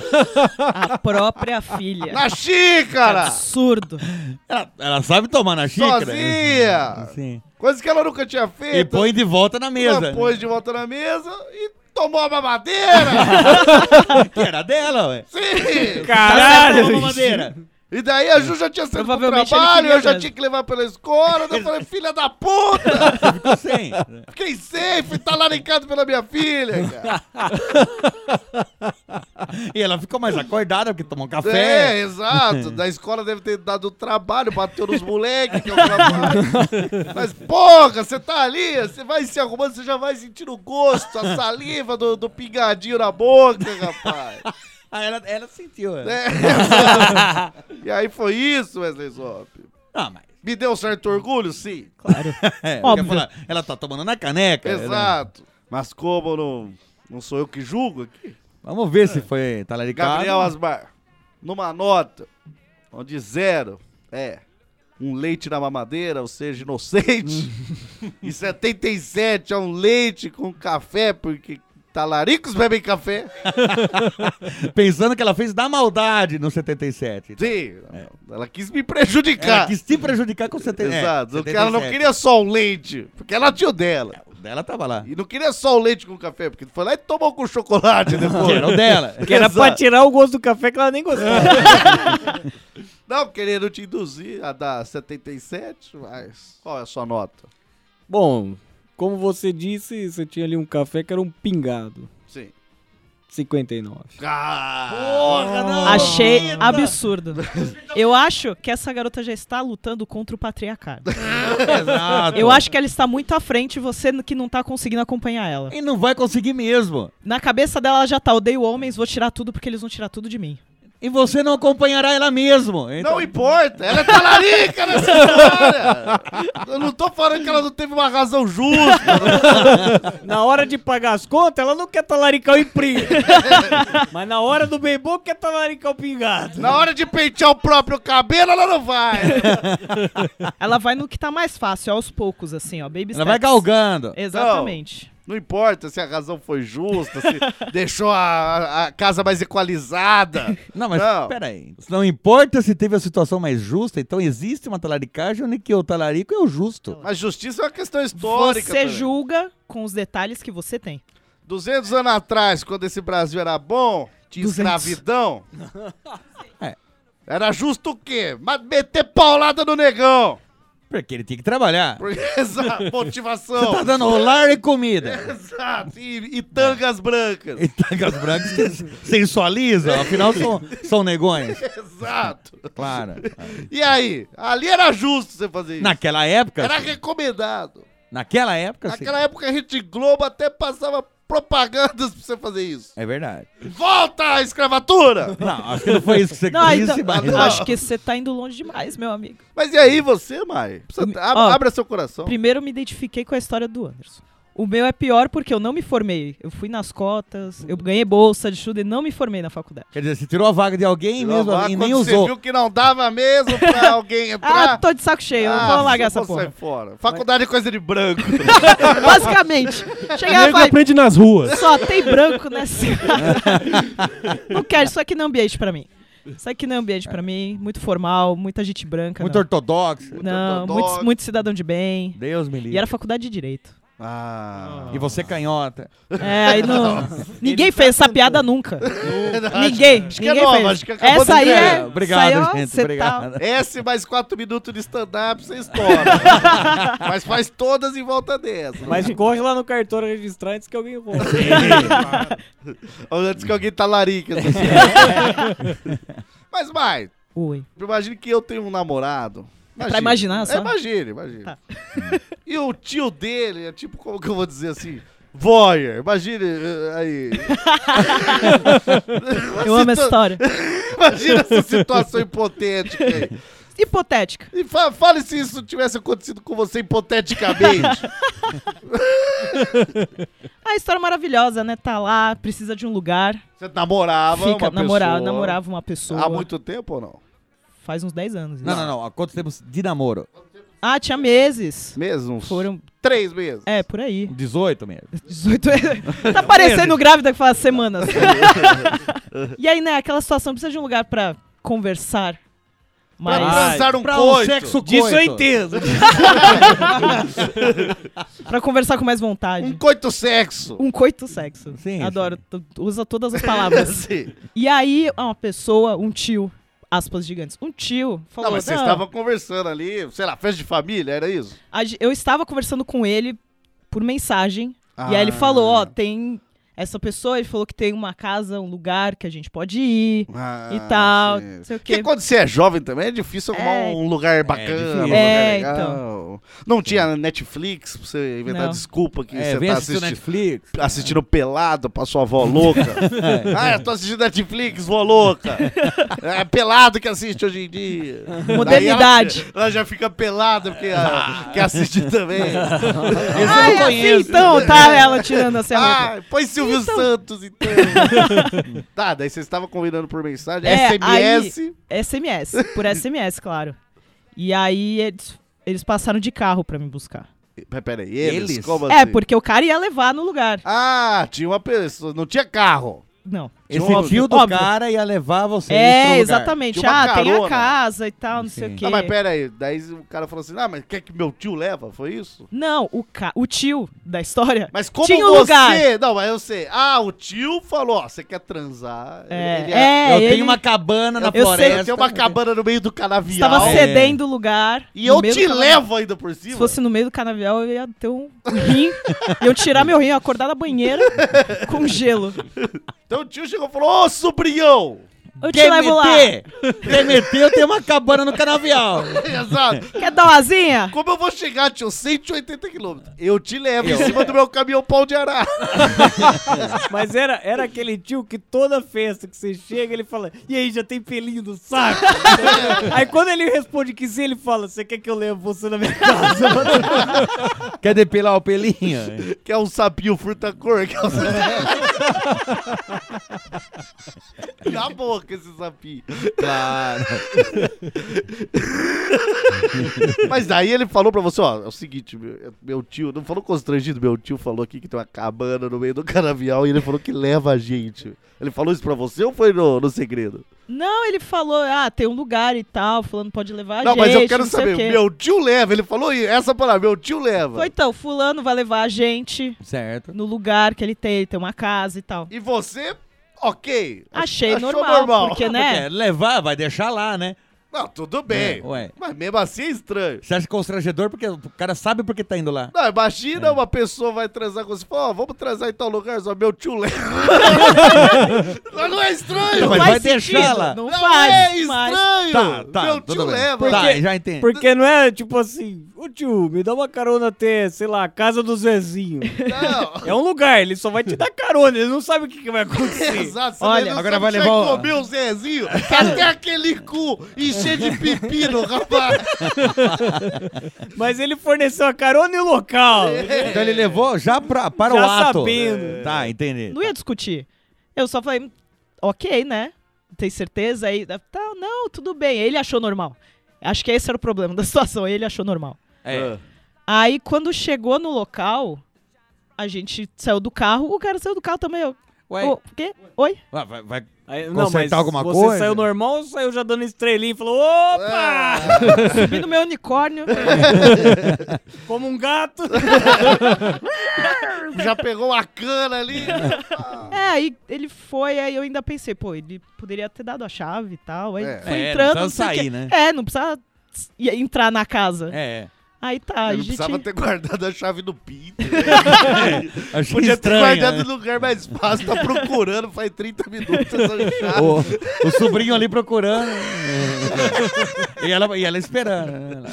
I: A própria filha.
F: Na xícara!
I: Absurdo.
G: Ela, ela sabe tomar na xícara.
F: Sozinha!
G: Sim.
F: Coisa que ela nunca tinha feito.
G: E põe de volta na mesa. né?
F: Depois de volta na mesa e tomou a mamadeira!
G: Que era dela, ué.
F: Sim!
G: Caralho! Uma madeira.
F: E daí a Ju já tinha saído pro
I: Provavelmente ele
F: trabalho,
I: queria
F: eu já
I: mesmo.
F: tinha que levar pela escola. daí Eu falei, filha da puta!
G: Ficou sem.
F: Fiquei safe, tá lá em casa pela minha filha, cara.
G: E ela ficou mais acordada porque tomou
F: É,
G: café.
F: exato. Da escola deve ter dado trabalho, bateu nos moleques, que é o trabalho. Mas, porra, você tá ali, você vai se arrumando, você já vai sentindo o gosto, a saliva do, do pingadinho na boca, rapaz.
G: Ah, ela, ela sentiu. ela.
F: É, exato. e aí foi isso, Wesley Zop.
G: Ah, mas.
F: Me deu um certo orgulho, sim.
G: É, eu
I: Óbvio.
G: ia falar, ela tá tomando na caneca. né? Ela-
F: Exato. Mas como eu não, não sou eu que julgo aqui,
G: Vamos ver se foi talaricado.
F: Gabriel Asmar, numa nota onde zero é um leite na mamadeira, ou seja, inocente, e 77 é um leite com café, porque Talaricos bebem café.
G: Pensando que ela fez da maldade no 77.
F: Sim, ela quis me prejudicar.
G: É. Ela quis é, te prejudicar com 77.
F: Exato. Porque ela não queria só o leite, porque ela tinha o dela.
G: O dela tava lá.
F: E não queria só o leite com café, porque foi lá e tomou com chocolate depois.
G: Era o dela.
H: Que era pra tirar o gosto do café que ela nem gostava.
F: Não, querendo te induzir a dar 77, mas qual é a sua nota?
H: Bom, como você disse, você tinha ali um café que era um pingado.
F: Sim.
H: 59.
F: Porra, não!
I: Achei absurdo. Eu acho que essa garota já está lutando contra o patriarcado.
G: Exato.
I: Eu acho que ela está muito à frente, você que não tá conseguindo acompanhar ela.
G: E não vai conseguir mesmo.
I: Na cabeça dela ela já tá, odeio homens, vou tirar tudo porque eles vão tirar tudo de mim.
G: E você não acompanhará ela mesmo. Então,
F: Não importa, ela é talarica nessa história. Eu não tô falando que ela não teve uma razão justa.
H: Na hora de pagar as contas, ela não quer talaricar o emprego. Mas na hora do bem bom, quer talaricar o pingado.
F: Na hora de pentear o próprio cabelo, ela não vai.
I: Ela vai no que tá mais fácil, aos poucos, assim, ó. Baby
G: ela vai
F: é-
I: steps.
G: galgando.
I: Exatamente.
F: Não importa se a razão foi justa, se deixou a, a casa mais equalizada.
G: Não, mas
F: Não.
G: peraí. Não importa se teve a situação mais justa, então existe uma talaricagem onde que o talarico é o justo.
F: Mas justiça é uma questão histórica.
I: você
F: também.
I: julga com os detalhes que você tem.
F: 200 anos atrás, quando esse Brasil era bom, tinha
I: 200.
F: escravidão.
G: É.
F: Era justo o quê? Mas meter paulada no negão.
G: Porque ele tem que trabalhar.
F: Porque essa motivação.
G: Você tá dando lar e comida.
F: Exato. E, e tangas brancas.
G: E tangas brancas que sensualizam, afinal são, são negões.
F: Exato.
G: Claro.
F: E aí? Ali era justo você fazer isso.
G: Naquela época.
F: Era
G: sim.
F: recomendado.
G: Naquela época, sim.
F: Naquela época a Rede Globo até passava propagandas pra você fazer isso.
G: É verdade.
F: Volta à escravatura!
G: Não, acho que não foi isso que você
I: Não,
G: disse,
I: então,
G: mas.
I: eu acho que você tá indo longe demais, meu amigo.
F: Mas e aí você, Mai? Precisa- ab-
I: Ó,
F: abra seu coração.
I: Então, Primeiro eu me identifiquei com a história do Anderson. O meu é pior porque eu não me formei. Eu fui nas cotas, eu ganhei bolsa de estudo e não me formei na faculdade.
G: Quer dizer, você tirou a vaga de alguém e
I: assim,
G: mesmo
F: Lá,
G: e
F: quando
G: nem
F: você
G: usou.
F: viu que não dava mesmo pra alguém entrar...
I: Ah, tô de saco cheio, eu
F: ah,
I: vou largar
F: só
I: essa
F: vou sair
I: porra.
F: fora. Faculdade é coisa de branco.
I: Basicamente, chegar e
K: Nego
I: falar,
K: aprende nas ruas.
I: só tem branco nessa. não quero, isso aqui não é ambiente pra mim. Isso aqui não é ambiente pra mim, muito formal, muita gente branca.
G: Muito
I: não.
G: ortodoxo.
I: Não,
F: ortodoxo.
I: muito, muito cidadão de bem.
G: Deus me livre.
I: E era faculdade de direito.
F: ah.
G: E você canhota.
I: É, aí não. Ninguém fez essa piada nunca. Ninguém.
F: Acho que é
I: ninguém
F: nova,
I: fez.
F: acho que acabou de
I: essa aí
F: ver.
I: é.
G: Obrigado,
I: essa aí, ó,
G: gente.
I: cê
G: Obrigado.
I: Tá,
F: Esse mais quatro minutos de stand-up, você estoura. Mas faz todas em volta dessa.
H: Mas corre lá no cartório registrar antes que alguém roube.
F: Antes que alguém talarica. essa senhora. Mas, Mai,
I: ui.
F: imagine que eu tenho um namorado. Imagine.
I: pra imaginar só?
F: É, imagine, imagine.
I: Tá.
F: E o tio dele é tipo, como que eu vou dizer assim? Voyeur, imagine eh, aí.
I: Eu amo
F: Situa-
I: essa história.
F: Imagina essa situação hipotética aí.
I: Hipotética.
F: E fa- fale se isso tivesse acontecido com você hipoteticamente.
I: A história maravilhosa, né? Tá lá, precisa de um lugar.
F: Você namorava
I: fica,
F: Ah, uma
I: namora,
F: pessoa.
I: namorava uma pessoa.
F: Há muito tempo ou não?
I: Faz uns 10 anos.
G: Não,
I: isso.
G: não, não. Há quanto tempo de namoro?
I: Ah, tinha meses.
F: Mesmo?
I: Foram.
F: Três meses.
I: É, por aí.
G: 18 mesmo.
I: 18 Tá parecendo grávida que faz semanas. e aí, né, aquela situação precisa de um lugar pra conversar.
F: Pra
I: Mas.
F: transar um
G: Pra
F: coito.
G: um sexo
H: Disso eu
G: coito.
H: entendo.
I: Pra conversar com mais vontade.
F: Um coito sexo.
I: Um coito sexo.
G: Sim,
I: Adoro. tu- Usa todas as palavras.
F: Sim.
I: e aí, uma pessoa, um tio, aspas gigantes, um tio falou.
F: Não, mas vocês
I: "Não,
F: estavam conversando ali, sei lá, festa de família, era isso?
I: a ge- Eu estava conversando com ele por mensagem. E aí
F: Ah.
I: ele falou: Ó, tem essa pessoa, ele falou que tem uma casa, um lugar que a gente pode ir
F: Ah,
I: e tal.
F: sim.
I: Não sei o
F: Porque
I: quê.
F: quando você é jovem também é difícil arrumar
I: É.
F: um lugar bacana, um
G: difícil.
F: lugar
I: É,
F: legal. Não tinha Netflix pra você inventar
I: Não.
F: desculpa que
G: É,
F: você
G: vem
F: tá
G: assistir o
F: assistindo,
G: Netflix.
F: assistindo pelado pra sua avó louca.
G: É.
F: Ah, eu tô assistindo Netflix, vou louca. É pelado que assiste hoje em dia.
I: Modernidade.
F: Daí Ela, ela já fica pelada porque ah, quer assistir também.
I: Ah, é assim então, tá? Ela tirando assim a roupa.
F: Ah, põe Silvio Santos então. tá, daí vocês estavam combinando por mensagem,
I: É,
F: SMS.
I: SMS, por SMS, claro. E aí eles, eles passaram de carro pra me buscar.
F: Pe- Peraí, eles?
G: Eles?
F: Como
I: É,
F: assim?
I: porque o cara ia levar no lugar.
F: Ah, tinha uma pessoa, não tinha carro.
I: Não.
G: Esse
F: Tinha um-
G: tio do
I: óbvio.
G: cara ia levar vocês pro
I: É,
G: lugar.
I: exatamente.
F: Tinha uma
I: ah, tem
F: carona.
I: a casa e tal, não sei
G: Sim.
I: o quê.
F: Ah, mas peraí, daí o cara falou assim, ah, mas quer que meu tio leva? Foi isso?
I: Não, o, ca... o tio da história
F: Mas como
I: tinha um
F: você...
I: lugar.
F: Não, mas eu sei. Ah, o tio falou, ó, você quer transar.
I: É,
F: Ele-
I: é,
G: Eu
I: ele
G: tenho uma cabana na
I: Eu sei-
G: floresta.
F: Tem uma cabana no meio do canavial.
I: estava
G: É.
I: cedendo o lugar.
F: E
I: no
F: eu
I: meio do
F: te
I: canavial.
F: levo ainda por
I: Se
F: cima.
I: fosse no meio do canavial, eu ia ter um um rim. iam tirar meu rim, eu ia acordar da banheira com gelo.
F: Então o tio chegou e falou, ô, sobrinhão.
I: Eu te
G: Quem
I: levo lá.
G: meter? Quem meter, eu tenho uma cabana no canavial.
F: Exato.
I: Quer dar uma asinha?
F: Como eu vou chegar, tio? 180 quilômetros. Eu te levo em cima do meu caminhão pau de arara.
H: Mas era, era aquele tio que toda festa que você chega, ele fala, e aí, já tem pelinho no saco? aí quando ele responde que sim, ele fala, você quer que eu leve você na minha casa?
G: Quer depilar o pelinho?
F: Que é um sapinho furta-cor. Que é um... Na boca esse sapinho.
G: Claro.
F: Mas daí ele falou pra você, ó, é o seguinte, meu, meu tio, não falou constrangido, meu tio falou aqui que tem uma cabana no meio do canavial e ele falou que leva a gente. Ele falou isso pra você ou foi no, no segredo?
I: Não, ele falou, ah, tem um lugar e tal, fulano pode levar a
F: não,
I: gente.
F: mas eu quero
I: não sei o
F: saber,
I: quê.
F: meu tio leva, ele falou isso, essa palavra, meu tio leva.
I: Foi então, fulano vai levar a gente
G: Certo.
I: no lugar que ele tem, ele tem uma casa e tal.
F: E você, ok.
I: Achei
F: Achou
I: normal,
F: normal.
I: porque,
G: É,
I: né?
G: levar, vai deixar lá, né?
F: Não, tudo bem.
G: É, ué.
F: Mas mesmo assim é estranho.
G: Você acha constrangedor porque o cara sabe porque tá indo lá.
F: Não, imagina uma pessoa vai transar com você e fala, ó, vamos transar em tal lugar, só meu tio leva. Mas não é estranho,
G: Mas
I: faz
G: vai deixar
I: sentido,
G: lá.
I: Não,
F: Não
I: faz,
F: é
I: mas...
F: estranho!
G: Tá, tá.
F: Meu
G: tudo
F: tio
G: bem.
F: leva!
G: Tá, já entendi.
H: Porque não é tipo assim, ô tio, me dá uma carona até, sei lá, a casa do Zezinho.
F: Não!
H: É um lugar, ele só vai te dar carona, ele não sabe o que, que vai acontecer.
F: Exato,
G: Olha,
F: você
G: agora vai
F: Já
G: levar o-
F: comeu o Zezinho até aquele cu encher de pepino, rapaz!
H: Mas ele forneceu a carona e o local.
G: Então ele levou já pra, para o
H: Já
G: ato.
H: sabendo.
G: Tá, entendi.
I: não ia discutir. Eu só falei, ok, né? Tem certeza? Aí, tá, não, tudo bem. Ele achou normal. Acho que esse era o problema da situação, ele achou normal.
F: Ah.
G: É.
I: Aí, quando chegou no local, a gente saiu do carro, o cara saiu do carro também. Eu,
G: Ué,
I: "Ô, o quê? Oi?
G: vai- vai- vai-
H: Aí,
G: Consertar alguma
H: você
G: coisa?
H: saiu normal ou saiu já dando estrelinha e falou, opa!
I: Subi no meu unicórnio.
H: Como um gato.
F: Já pegou uma cana ali!
I: É, aí ele foi, aí eu ainda pensei, pô, ele poderia ter dado a chave e tal. Aí
F: É.
I: foi
G: É,
I: entrando.
G: não
I: não
G: precisava
I: sei o quê.
G: sair, né?
I: É, não precisava tss, ia entrar na casa.
G: é.
I: Aí tá, a
F: Ele
I: gente.
F: precisava ter guardado a chave no pinto.
G: Achei
F: Podia ter
G: estranho,
F: guardado
G: né?
F: no lugar mais fácil, tá procurando faz 30 minutos essa chave.
G: o, o sobrinho ali procurando. e, ela, e ela esperando.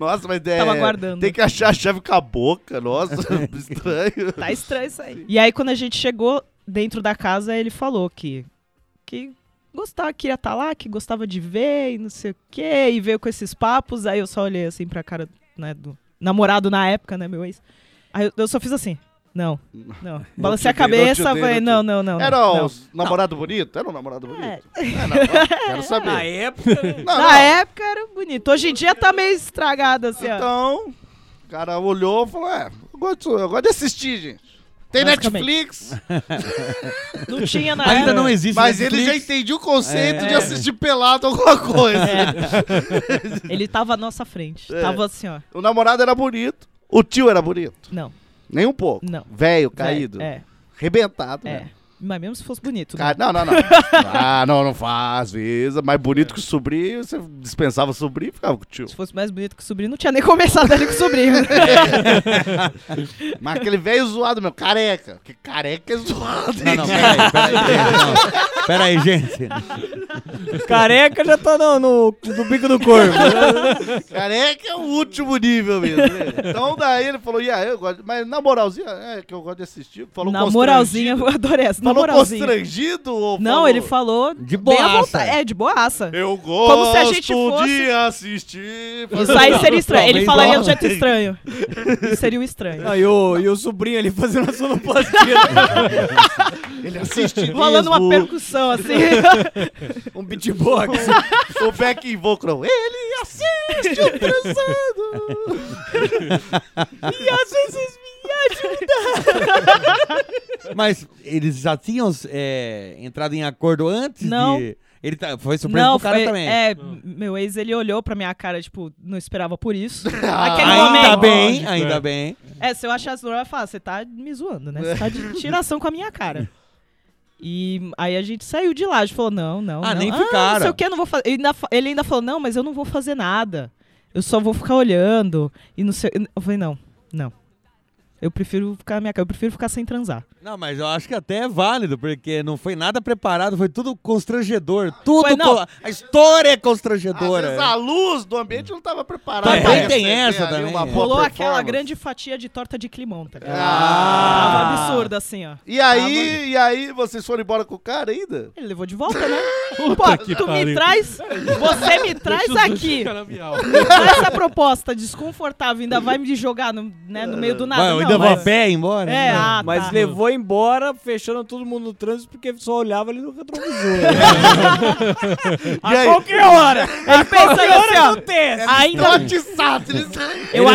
F: Nossa, mas é,
I: Tava guardando.
F: tem que achar a chave com a boca, nossa, estranho.
I: Tá estranho isso aí. E aí, quando a gente chegou dentro da casa, ele falou que. que gostava, queria estar lá, que gostava de ver e não sei o quê. E veio com esses papos. Aí eu só olhei assim pra cara né, do namorado na época, né, meu ex. Aí eu, eu só fiz assim. Não, não. Balancei a
F: te dei, não te
I: cabeça,
F: dei,
I: falei,
F: não
I: não, não, não.
F: Era
I: não.
F: um namorado bonito? Era um namorado bonito?
I: É.
F: É, não, não, quero
H: Na
F: saber.
H: época, né?
F: Não,
I: Na
F: não.
I: época era bonito. Hoje em dia tá meio estragado, assim, ó.
F: Então, o cara olhou e falou: É, eu gosto, eu gosto de assistir, gente. Tem
I: Basicamente.
F: Netflix,
I: Não tinha na
G: Ainda
I: época.
G: não existe
F: mas ele
G: Netflix.
F: já entendia o conceito de assistir pelado alguma coisa.
I: É. Ele tava à nossa frente.
F: É.
I: Tava assim, ó.
F: O namorado era bonito, o tio era bonito,
I: Não.
F: nem um pouco.
I: Não.
F: Velho, caído,
I: É,
F: arrebentado.
I: é,
F: né?
I: é. Mas mesmo se fosse bonito. né?
F: Ca- Não, não, não. ah, não, não faz, vezes. Mais bonito que o sobrinho, você dispensava o sobrinho e ficava com o tio.
I: Se fosse mais bonito que o sobrinho, não tinha nem começado ali com o sobrinho.
F: Mas aquele velho zoado, meu, careca. Que careca é zoado,
G: Não,
F: hein?
G: não, peraí, peraí. Peraí, gente.
H: Careca já tá no, no, no bico do corvo.
F: Careca é o último nível mesmo. Né? Então daí ele falou, e aí, eu gosto. Mas na moralzinha, é que eu gosto de assistir. Falou
I: na moralzinha, eu adorei essa. Na
F: falou
I: moralzinha.
F: constrangido ou
I: Não,
F: falou-
I: ele falou...
F: De
I: bem à
F: boaça.
I: vontade. É, de boaça.
F: Eu
I: Como se a gente
F: gosto
I: fosse...
F: de assistir.
I: Isso aí seria estranho. Ele
F: Talvez
I: falaria
F: não.
I: do jeito estranho. Isso seria o estranho.
H: Aí o, e o sobrinho ali fazendo a sonoplastia.
F: Ele assiste
I: Rolando
F: mesmo.
I: uma percussão, assim.
H: um beatbox.
F: o back vocal. Ele assiste o transando.
I: e às vezes me ajuda.
G: Mas eles já tinham é, entrado em acordo antes
I: Não.
G: de. Ele tá- foi surpreso pro cara
I: foi-
G: também.
I: É, meu ex, ele olhou pra minha cara, tipo, não esperava por isso.
G: Ah,
I: Naquele
G: ainda
I: momento.
G: bem, Lógico, ainda é. bem.
I: É, se eu achasse normal, eu ia falar, você tá me zoando, né? Você tá de tiração com a minha cara. E aí a gente saiu de lá, a gente falou, não, não,
G: Ah,
I: não.
G: nem
I: Não
G: ficaram.
I: sei o que, eu não vou fazer. Ele ainda, fa- ele ainda falou, não, mas eu não vou fazer nada. Eu só vou ficar olhando. E não sei. Eu falei, não, não. Eu prefiro ficar na minha casa, eu prefiro ficar sem transar.
G: Não, mas eu acho que até é válido, porque não foi nada preparado, foi tudo constrangedor. Tudo.
F: Foi, não.
G: co- A história é
F: Às
G: constrangedora.
F: vezes a luz do ambiente não tava preparada.
G: Também
F: pra
G: tem
F: receber
G: essa
F: ali
G: também.
F: uma boa
I: Rolou aquela
F: performance.
I: grande fatia de torta de climão, tá ligado?
F: Ah.
I: Tava absurdo, assim, ó.
F: E aí, e aí, vocês foram embora com o cara ainda?
I: Ele levou de volta, né?
F: Puta
I: Pô,
F: que
I: tu me
F: pariu.
I: traz. Você me traz
F: Deixa os dois
I: aqui.
F: ficar na miau.
I: Com essa proposta desconfortável, ainda vai me jogar no, né, no meio do nada.
G: Vai, eu
I: não,
G: ainda vou
I: mas-
G: a pé embora.
I: É,
G: Não.
I: ah,
H: Mas
I: tá.
H: levou embora, fechando todo mundo no trânsito, porque só olhava ali no retrovisor.
I: E aí?
H: qualquer hora!
I: Ele pensando assim, ó, ainda- Eu
G: Eles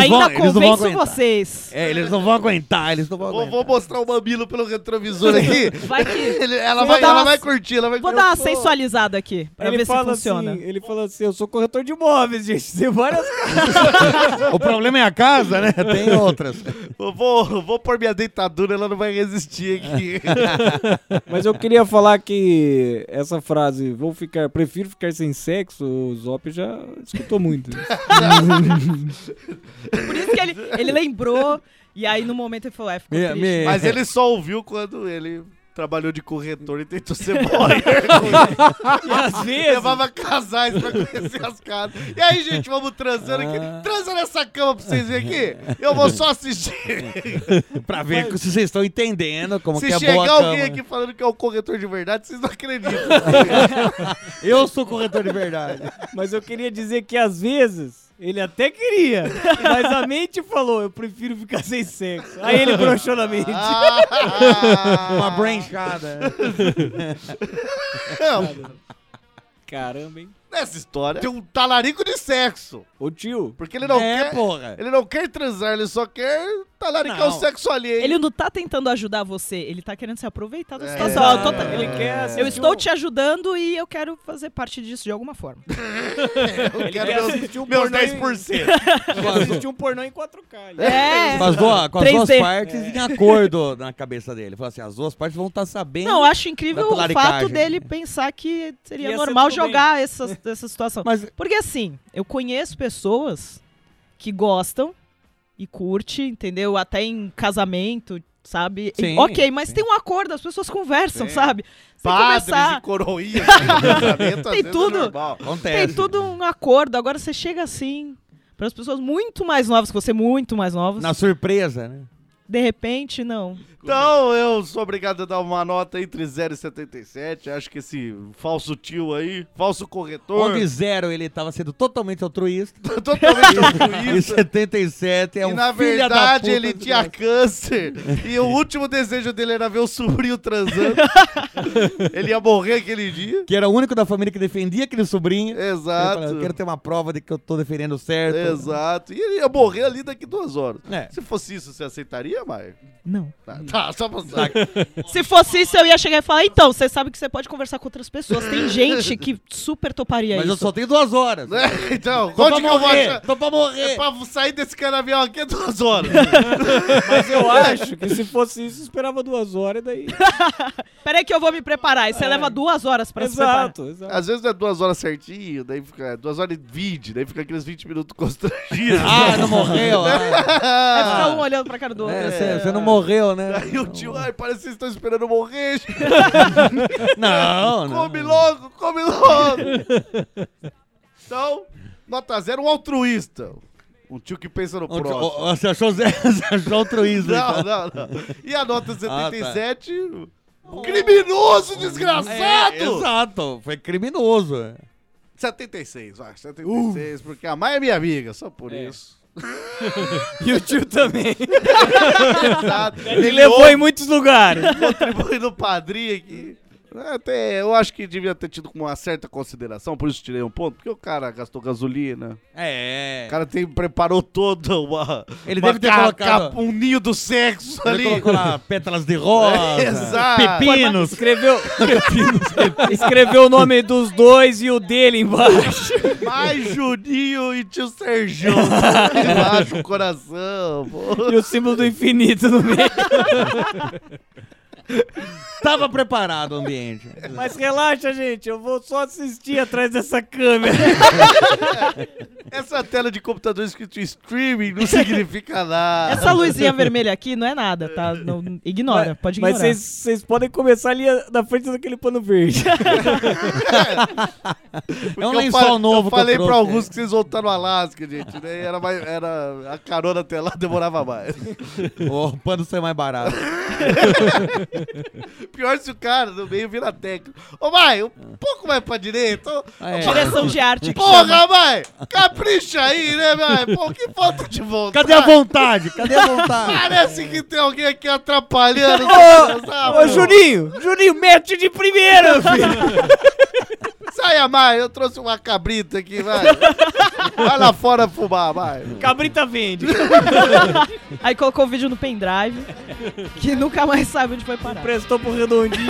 I: ainda
G: vão- eles não vão
I: convenço
G: aguentar.
I: vocês.
G: É, eles não vão aguentar, eles não vão
F: Vou,
G: aguentar.
F: vou mostrar o mamilo pelo retrovisor aqui.
I: Vai que-
F: Ele- ela
I: Vou
F: vai,
I: dar
F: ela
I: uma-
F: vai curtir, ela vai
I: Vou
F: curtir.
I: dar uma sensualizada aqui, pra
H: Ele
I: ver se
H: fala
I: funciona.
H: assim, ele fala assim, eu sou corretor de imóveis, gente, tem várias
G: O problema é a casa, né? Tem outras.
F: Eu vou, vou pôr minha deitadura, ela não vai resistir aqui.
H: Mas eu queria falar que essa frase, vou ficar, prefiro ficar sem sexo, o Zop já escutou muito.
I: Por isso que ele, ele lembrou, e aí no momento ele falou, é, ficou triste.
F: Mas ele só ouviu quando ele trabalhou de corretor e tentou ser lawyer.
I: E às vezes-
F: Levava casais pra conhecer as casas. E aí, gente, vamos transando aqui. Transa nessa cama pra vocês verem aqui. Eu vou só assistir.
G: pra ver se vocês estão entendendo como
F: Se
G: que é
F: chegar
G: boa a
F: alguém
G: cama.
F: aqui falando que é o corretor de verdade, vocês não acreditam.
G: Eu sou corretor de verdade.
H: Mas eu queria dizer que às vezes ele até queria, mas a mente falou, eu prefiro ficar sem sexo. Aí ele broxou na mente.
F: Ah.
G: Uma branchada.
H: Caramba, hein?
F: Nessa história, tem um talarico de sexo.
H: Ô tio.
F: Porque ele não
G: É,
F: quer.
G: porra.
F: Ele não quer transar, ele só quer talaricar o
I: Não.
F: sexo alheio.
I: Ele não tá tentando ajudar você, ele tá querendo se aproveitar da
F: É.
I: situação. Ó, eu tô-
F: Ele quer assistir
I: eu estou
F: um-
I: te ajudando e eu quero fazer parte disso de alguma forma.
F: Eu
H: Ele
F: quero
H: quer
F: meus-
H: assistir um
F: meus
H: pornô em-
F: 10%.
H: Ele quer assistir um pornô em 4K.
I: É.
G: Com as, duas- com as
I: 3D.
G: duas partes
I: É.
G: em acordo na cabeça dele. Falou assim, as duas partes vão estar sabendo.
I: Não, eu acho incrível
G: da
I: o
G: talaricagem.
I: fato
F: né?
I: dele pensar que seria
H: Ia ser
I: normal
H: tudo
I: jogar essa, essa situação. Porque assim, eu conheço pessoas que gostam e curte, entendeu? Até em casamento, sabe? E-
F: Sim,
I: ok, mas tem um acordo, as pessoas conversam,
F: Sim.
I: sabe? Sem
F: Padres e
I: começar...
F: coroinhas. no casamento, às
I: tem
F: vezes é
I: tudo,
F: normal.
I: tem tudo um acordo. Agora você chega assim, para as pessoas muito mais novas que você, muito mais novas.
G: Na surpresa, né?
I: De repente, não.
F: Então, eu sou obrigado a dar uma nota entre 0 e 77. Acho que esse falso tio aí, falso corretor.
G: Onde zero ele tava sendo totalmente altruísta.
F: totalmente
G: E
F: altruísta.
G: 77 é
F: e
G: um
F: na
G: filho da
F: verdade
G: puta
F: ele
G: de-
F: tinha câncer. E o último desejo dele era ver o sobrinho transando. ele ia morrer aquele dia.
G: Que era o único da família que defendia aquele sobrinho.
F: Exato.
G: Ele fala, Eu quero ter uma prova de que eu tô defendendo certo.
F: Exato. E ele ia morrer ali daqui duas horas.
G: É.
F: Se fosse isso, você aceitaria, Maio?
I: Não.
F: Tá, tá, só pra saber.
I: Se fosse isso, eu ia chegar e falar: então, você sabe que você pode conversar com outras pessoas. Tem gente que super toparia
G: Mas
I: isso.
G: eu só tenho duas horas.
F: É, então,
G: Tô
F: onde
G: pra
F: que eu vou
G: morrer,
F: achar?
G: tô pra morrer.
F: É pra sair desse canavial aqui é duas horas.
H: Mas eu acho que se fosse isso, esperava duas horas e daí.
I: Peraí que eu vou me preparar. E você leva duas horas pra
H: Exato,
I: se
H: exato.
F: Às vezes não é duas horas certinho, daí fica é duas horas e vinte, daí fica aqueles 20 minutos constrangidos.
G: Ah, não morreu,
I: preparar. Aí
F: ah.
I: fica um olhando pra cara do outro.
G: É, Você você não morreu, né?
F: Aí o tio, ai, parece que vocês estão esperando eu morrer. gente." É.
G: Não, não.
F: Come logo, come logo. Então, nota zero, um altruísta. Um tio que pensa no
G: Onde-
F: próximo.
G: ó, então? ó, Você achou, zero, você achou altruísmo.
F: Não,
G: então.
F: não, não. E a nota 77? Criminoso, desgraçado!
G: É, exato, foi criminoso.
F: 76, vai, 76, porque a Maia é minha amiga, só por isso.
H: E o tio também.
F: Exato.
H: Ele levou em muitos lugares.
F: Contribui no padrinho aqui. É, Até, eu acho que devia ter tido com uma certa consideração, por isso tirei um ponto, porque o cara gastou gasolina.
G: É.
F: O cara tem, preparou toda uma.
G: Ele
F: uma
G: deve ter colocado-
F: um ninho do sexo
G: Ele
F: ali.
G: colocou lá pétalas de rosa,
I: Ah,
F: Exato.
G: pepinos.
H: Escreveu, escreveu o nome dos dois e o dele embaixo.
F: Mais Juninho e tio Sergio. Embaixo o coração, pô.
H: E o símbolo do infinito no meio.
G: Tava preparado o ambiente.
H: Mas relaxa, gente. Eu vou só assistir atrás dessa câmera.
F: Essa é tela de computador escrito streaming não significa nada.
I: Essa luzinha vermelha aqui não é nada, tá? Não- ignora, pode ignorar.
H: Mas vocês- vocês podem começar ali na frente daquele pano verde.
F: Porque
G: É um
F: eu
G: lençol
F: falei-
G: novo
F: Eu
G: que eu
F: falei pra
G: trouxe.
F: alguns que vocês voltaram no Alasca, gente. Né? Era, mais- era- a carona até lá demorava mais.
G: O pano ser mais barato.
F: Pior se o cara no meio vira técnico. Ô, vai, um pouco mais pra direita. ô,
G: Ah. É.
I: Direção de arte. que chama.
F: Porra, vai! Capricha aí, né, vai? Pô, que falta de vontade.
G: Cadê a vontade? Cadê a vontade?
F: Parece que tem alguém aqui atrapalhando. sabe?
H: Ô, Juninho! Juninho, mete de primeira, filho!
F: Sai, Amar, eu trouxe uma cabrita aqui, vai. Vai lá fora fumar, vai.
H: Cabrita vende.
I: Aí colocou o vídeo no pendrive, que nunca mais sabe onde foi parar.
H: Prestou pro redondinho.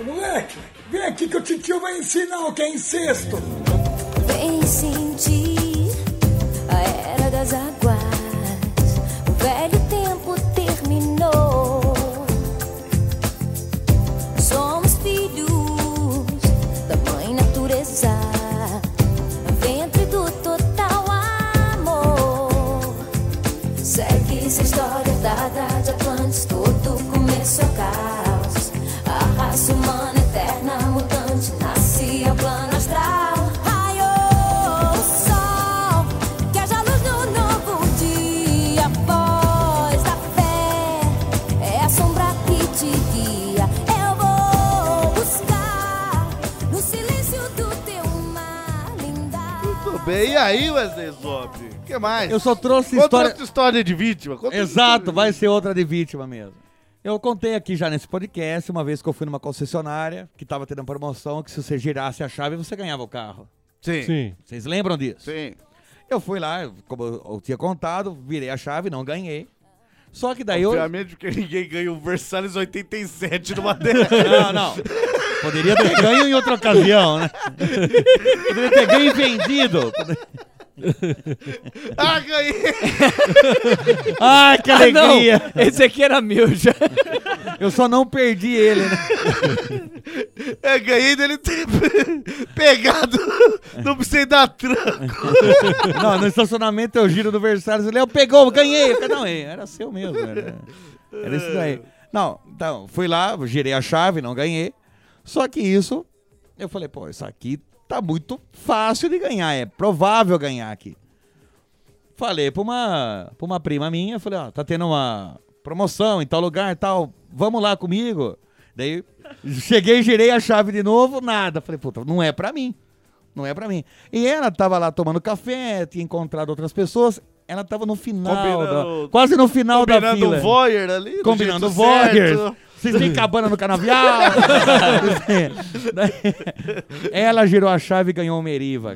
E: Ô, Moleque, vem aqui que o titio vai ensinar o que é incesto.
L: Vem sentir a era das águas. O velho tempo terminou. Somos filhos da mãe natureza. Ventre do total amor. Segue essa história dada de Atlantis, todo começo é caos. A raça humana eterna, mutante, nasce ao plano astral. Raio, sol, que haja luz no novo dia. Voz da fé, é a sombra que te guia. Eu vou buscar no silêncio do teu mar, linda.
F: Tudo bem, e aí, Wesley Zop? O que mais?
G: Eu só trouxe
F: Conta
G: história.
F: outra história de vítima. Conta outra
G: Exato,
F: história
G: vai ser outra de vítima mesmo. Eu contei aqui já nesse podcast, uma vez que eu fui numa concessionária que tava tendo uma promoção que se você girasse a chave, você ganhava o carro.
F: de- Sim,
K: Sim.
G: Vocês lembram disso?
F: sim.
G: Eu fui lá, eu- como eu eu tinha contado, virei a chave, não ganhei. Só que daí eu.
F: Obviamente porque ninguém ganha o Versalhes 87 numa dela.
G: Não, não. Poderia ter ganho em outra ocasião, né? Poderia ter ganho e vendido.
F: ah, ganhei!
G: Ai, que
H: Ah, não!
G: alegria!
H: Esse aqui era meu já.
G: Eu só não perdi ele, né?
F: É, ganhei dele ter pegado. Não precisei dar tranco.
G: Não, no estacionamento eu giro do Versalhes, ele, eu pegou, ganhei. Eu falei, não, é, era seu mesmo. Era, era isso daí. Não, então, fui lá, girei a chave, não ganhei. Só que isso, eu falei, pô, isso aqui tá muito fácil de ganhar, é provável ganhar aqui. Falei pra uma, pra uma prima minha, falei, ó, tá tendo uma promoção em tal lugar e tal, vamos lá comigo. Daí, cheguei, girei a chave de novo, nada. Falei, puta, não é pra mim. Não é pra mim. E ela tava lá tomando café, tinha encontrado outras pessoas. Ela tava no final, da-
F: Combinando-
G: quase no final da
F: Combinando um
G: fila.
F: o Voyer ali. do
G: combinando o
F: jeito certo.
G: Voyers. Vocês têm cabana no canavial? Ela girou a chave e ganhou o Meriva.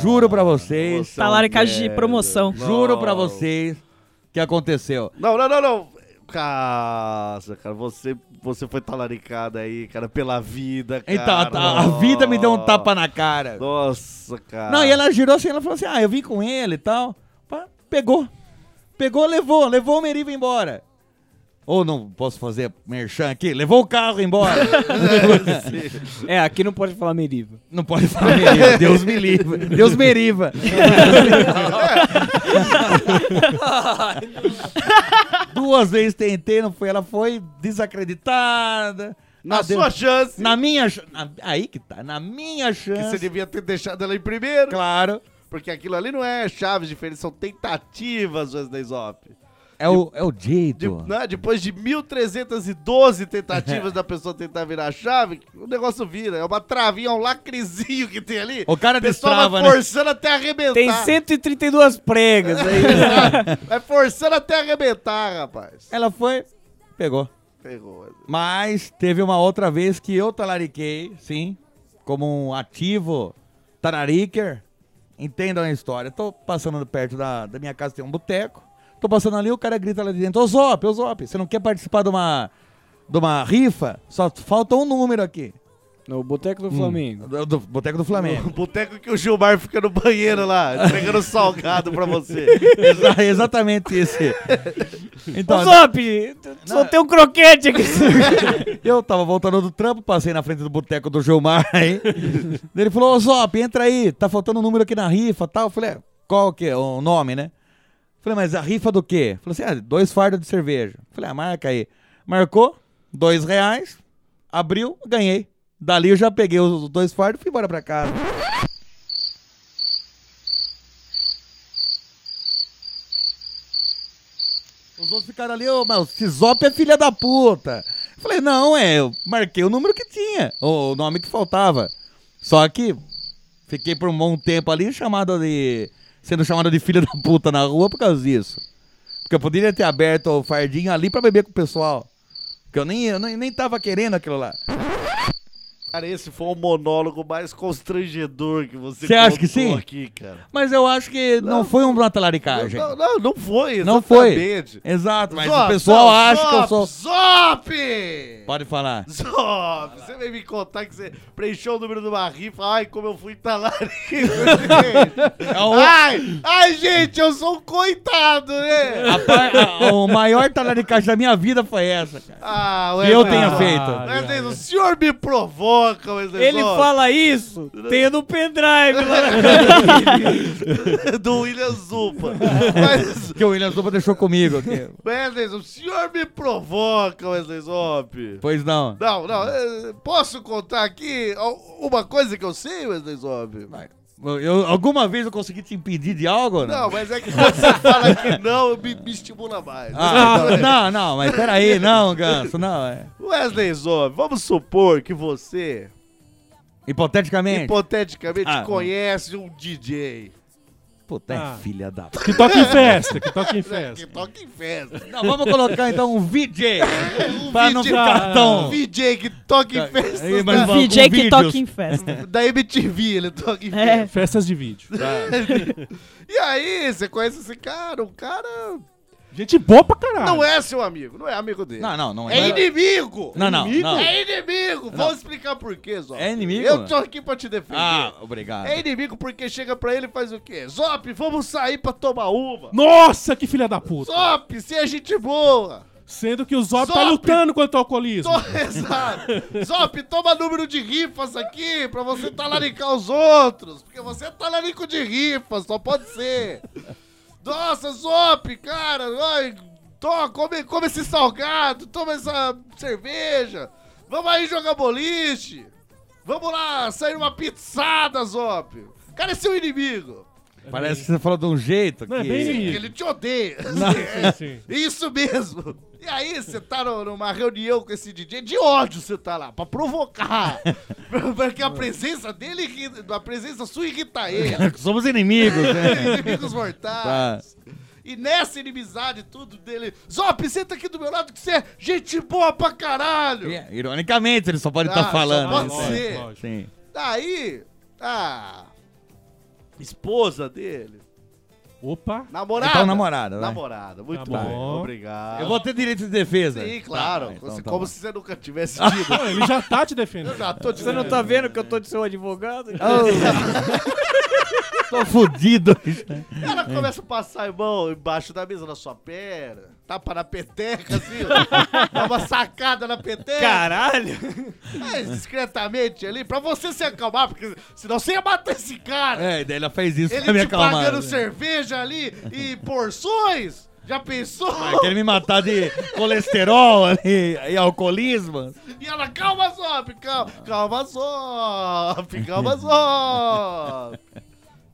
G: Juro pra vocês.
F: tá
I: Talaricagem de promoção.
G: Juro pra vocês que aconteceu.
F: Não, não, não, não. Nossa, cara, você, você foi talaricada aí, cara, pela vida, cara.
G: Então, a, a- a vida me deu um tapa na cara.
F: Nossa, cara.
G: Não, e ela girou assim, ela falou assim: ah, eu vim com ele e tal. Pá, Pegou. Pegou, levou, levou o Meriva embora. Ou não posso fazer merchan aqui? Levou o carro embora.
H: É, aqui não pode falar Meriva.
G: Não pode falar Meriva, Tá. Deus me livre. Deus Meriva. Duas vezes tentei, não foi. Ela foi desacreditada.
F: Na
G: Ah, Deus.
F: sua chance.
G: Na minha chance. Aí que tá, na minha chance.
F: Que você devia ter deixado ela em primeiro.
G: Claro.
F: Porque aquilo ali não é chaves diferentes, são tentativas, Wesley Zop.
G: É o, é o jeito.
F: Né? Depois de 1.312 tentativas da pessoa tentar virar a chave, o negócio vira. É uma travinha, é um lacrezinho que tem ali.
G: O cara
F: O pessoal
G: destrava,
F: vai
G: né?
F: forçando até arrebentar.
H: Tem 132 pregas aí.
F: Vai forçando até arrebentar, rapaz.
G: Ela foi, pegou.
F: Pegou.
G: Mas teve uma outra vez que eu talariquei, sim, como um ativo talariker. Entendam a história. Tô passando perto da, da minha casa, tem um boteco. Tô passando ali, o cara grita lá de dentro: Ô Zop, ô Zop, você não quer participar de uma, de uma rifa? Só falta um número aqui.
H: No Boteco do
G: Hum.
H: Flamengo.
G: É Do, do Boteco do
F: O
G: Flamengo.
F: Um boteco que o Gilmar fica no banheiro lá, entregando salgado pra você.
G: Exa- exatamente esse. Então,
H: Ô, Zop, só tem um croquete aqui.
G: Eu tava voltando do trampo, passei na frente do boteco do Gilmar aí. Ele falou, ô Zop, entra aí, tá faltando um número aqui na rifa tal. Eu falei, "É, qual que é? O nome, né? Eu falei, mas a rifa do quê? Ele Falou assim, ah, dois fardos de cerveja. Eu falei, ah, marca aí. Marcou, dois reais, abriu, ganhei. Dali eu já peguei os dois fardos e fui embora pra casa. Os outros ficaram ali, ô, mas esse Zop é filha da puta. Eu falei, não, é, eu marquei o número que tinha, ou o nome que faltava. Só que fiquei por um bom tempo ali chamado de. sendo chamado de filha da puta na rua por causa disso. Porque eu poderia ter aberto o fardinho ali pra beber com o pessoal. Porque eu nem, eu nem, nem tava querendo aquilo lá.
F: Cara, esse foi o monólogo mais constrangedor que você
G: Você acha que
F: contou
G: sim?
F: aqui, cara.
G: Mas eu acho que não, foi uma talaricagem.
F: Não, não, não foi,
G: Não foi.
F: exatamente.
G: Exato, mas
F: Zop,
G: o pessoal
F: não,
G: acha que eu
F: Zop,
G: sou.
F: Zop!
G: Pode falar.
F: Zop, você veio me contar que você preencheu o número do rifa. Ai, como eu fui talarico.
G: É o-
F: ai, ai, gente, eu sou um coitado, né?
G: A par- a- o maior talaricagem da minha vida foi essa, cara.
F: Ah,
G: que eu tenha feito.
F: Wesley, o senhor me provoca, é Wesley
H: Ele
F: Zop.
H: fala isso, tem no pendrive lá.
F: do William Zupa. Mas,
G: Que o William Zuba deixou comigo aqui.
F: Wesley, o senhor me provoca, Wesley Zop.
G: Pois não.
F: Não, não, eh, posso contar aqui al- uma coisa que eu sei, Wesley Zop?
G: Eu, alguma vez eu consegui te impedir de algo? ou
F: Não, mas é que quando você fala que não, me, me estimula mais.
G: Ah, não, não, mas peraí, não, Ganso, não. É.
F: Wesley Zop, vamos supor que você,
G: Hipoteticamente.
F: hipoteticamente,
G: Ah.
F: conhece um DJ.
G: Puta, é
K: Ah.
G: filha da.
K: Que toca em festa, que toca em
F: né,
K: festa.
F: Que toca em festa.
G: Não, vamos colocar então um VJ. pra não
F: VJ,
G: ficar
F: Um
G: tão.
F: VJ que toca em festa.
G: Tá. Aí, mas
F: da,
G: vamos-
I: DJ
G: com
I: que
G: vídeos.
I: toca em festa.
F: da MTV, ele toca em festa.
I: É.
K: Festas de vídeo.
F: E aí, você conhece esse cara? O cara
K: Gente boa pra caralho.
F: não é seu amigo, não é amigo dele.
G: Ah. Não, não, não
F: É
G: é.
F: inimigo!
G: Não, não,
F: Inimigo?
G: não.
F: É inimigo! Vou explicar por quê, Zop.
G: É inimigo?
F: Eu tô aqui pra te defender.
G: Ah, obrigado.
F: É inimigo porque chega pra ele e faz o quê? Zop, vamos sair pra tomar uma!
K: Nossa, que filha da puta.
F: Zop, se é gente boa!
K: Sendo que o Zop, tá
F: Zop!
K: lutando contra o alcoolismo.
F: To- Exato! Zop, toma número de rifas aqui pra você talaricar os outros! Porque você é talarico de rifas, só pode ser! Nossa, Zop, cara! Ai, to- come, come esse salgado, toma essa cerveja! Vamos aí jogar boliche! Vamos lá, sair uma pizzada, Zop! O Cara, é seu inimigo!
G: Parece que você falou de um jeito
K: Não, é
G: que-
K: bem
F: Que
K: inimigo.
F: Ele te odeia!
K: Sim, sim.
F: Isso mesmo! E aí, você tá no- numa reunião com esse DJ, de ódio você tá lá, pra provocar. Porque a presença dele, irri- a presença sua irrita ele.
G: Somos inimigos, né?
F: Inimigos mortais.
G: Tá.
F: E nessa inimizade tudo dele. Zop, senta aqui do meu lado que você é gente boa pra caralho.
G: É, Ironicamente, ele só pode
F: Ah,
G: estar
F: só
G: falando.
F: pode
G: isso,
F: ser.
G: é. Sim.
F: Daí, a esposa dele.
K: Opa.
F: Namorada.
G: Então, namorada, vai.
F: Namorada, muito
G: Tá
F: bom.
G: bom.
F: Obrigado.
G: Eu vou ter direito de defesa?
F: Ah. Sim, claro.
G: Tá, então
F: Você-
G: tá
F: como
G: bom.
F: se você nunca tivesse tido.
K: Não, ele já tá te defendendo.
F: Eu já tô te
H: Você não tá vendo que eu tô de seu advogado?
F: um
G: Tô fudido.
F: Ela
G: É.
F: começa a passar a mão embaixo da mesa na sua perna, tapa na peteca, assim, ó. dá uma sacada na peteca.
H: Caralho!
F: É, discretamente ali, pra você se acalmar, porque senão você ia matar esse cara.
G: É, e daí ela fez isso
F: Ele
G: pra me
F: te
G: acalmar. né?
F: pagando cerveja ali e porções. Já pensou?
G: Ah, Quer me matar de colesterol ali, e alcoolismo?
F: E ela, calma, Zop, calma, calma, Zop, calma, Zop.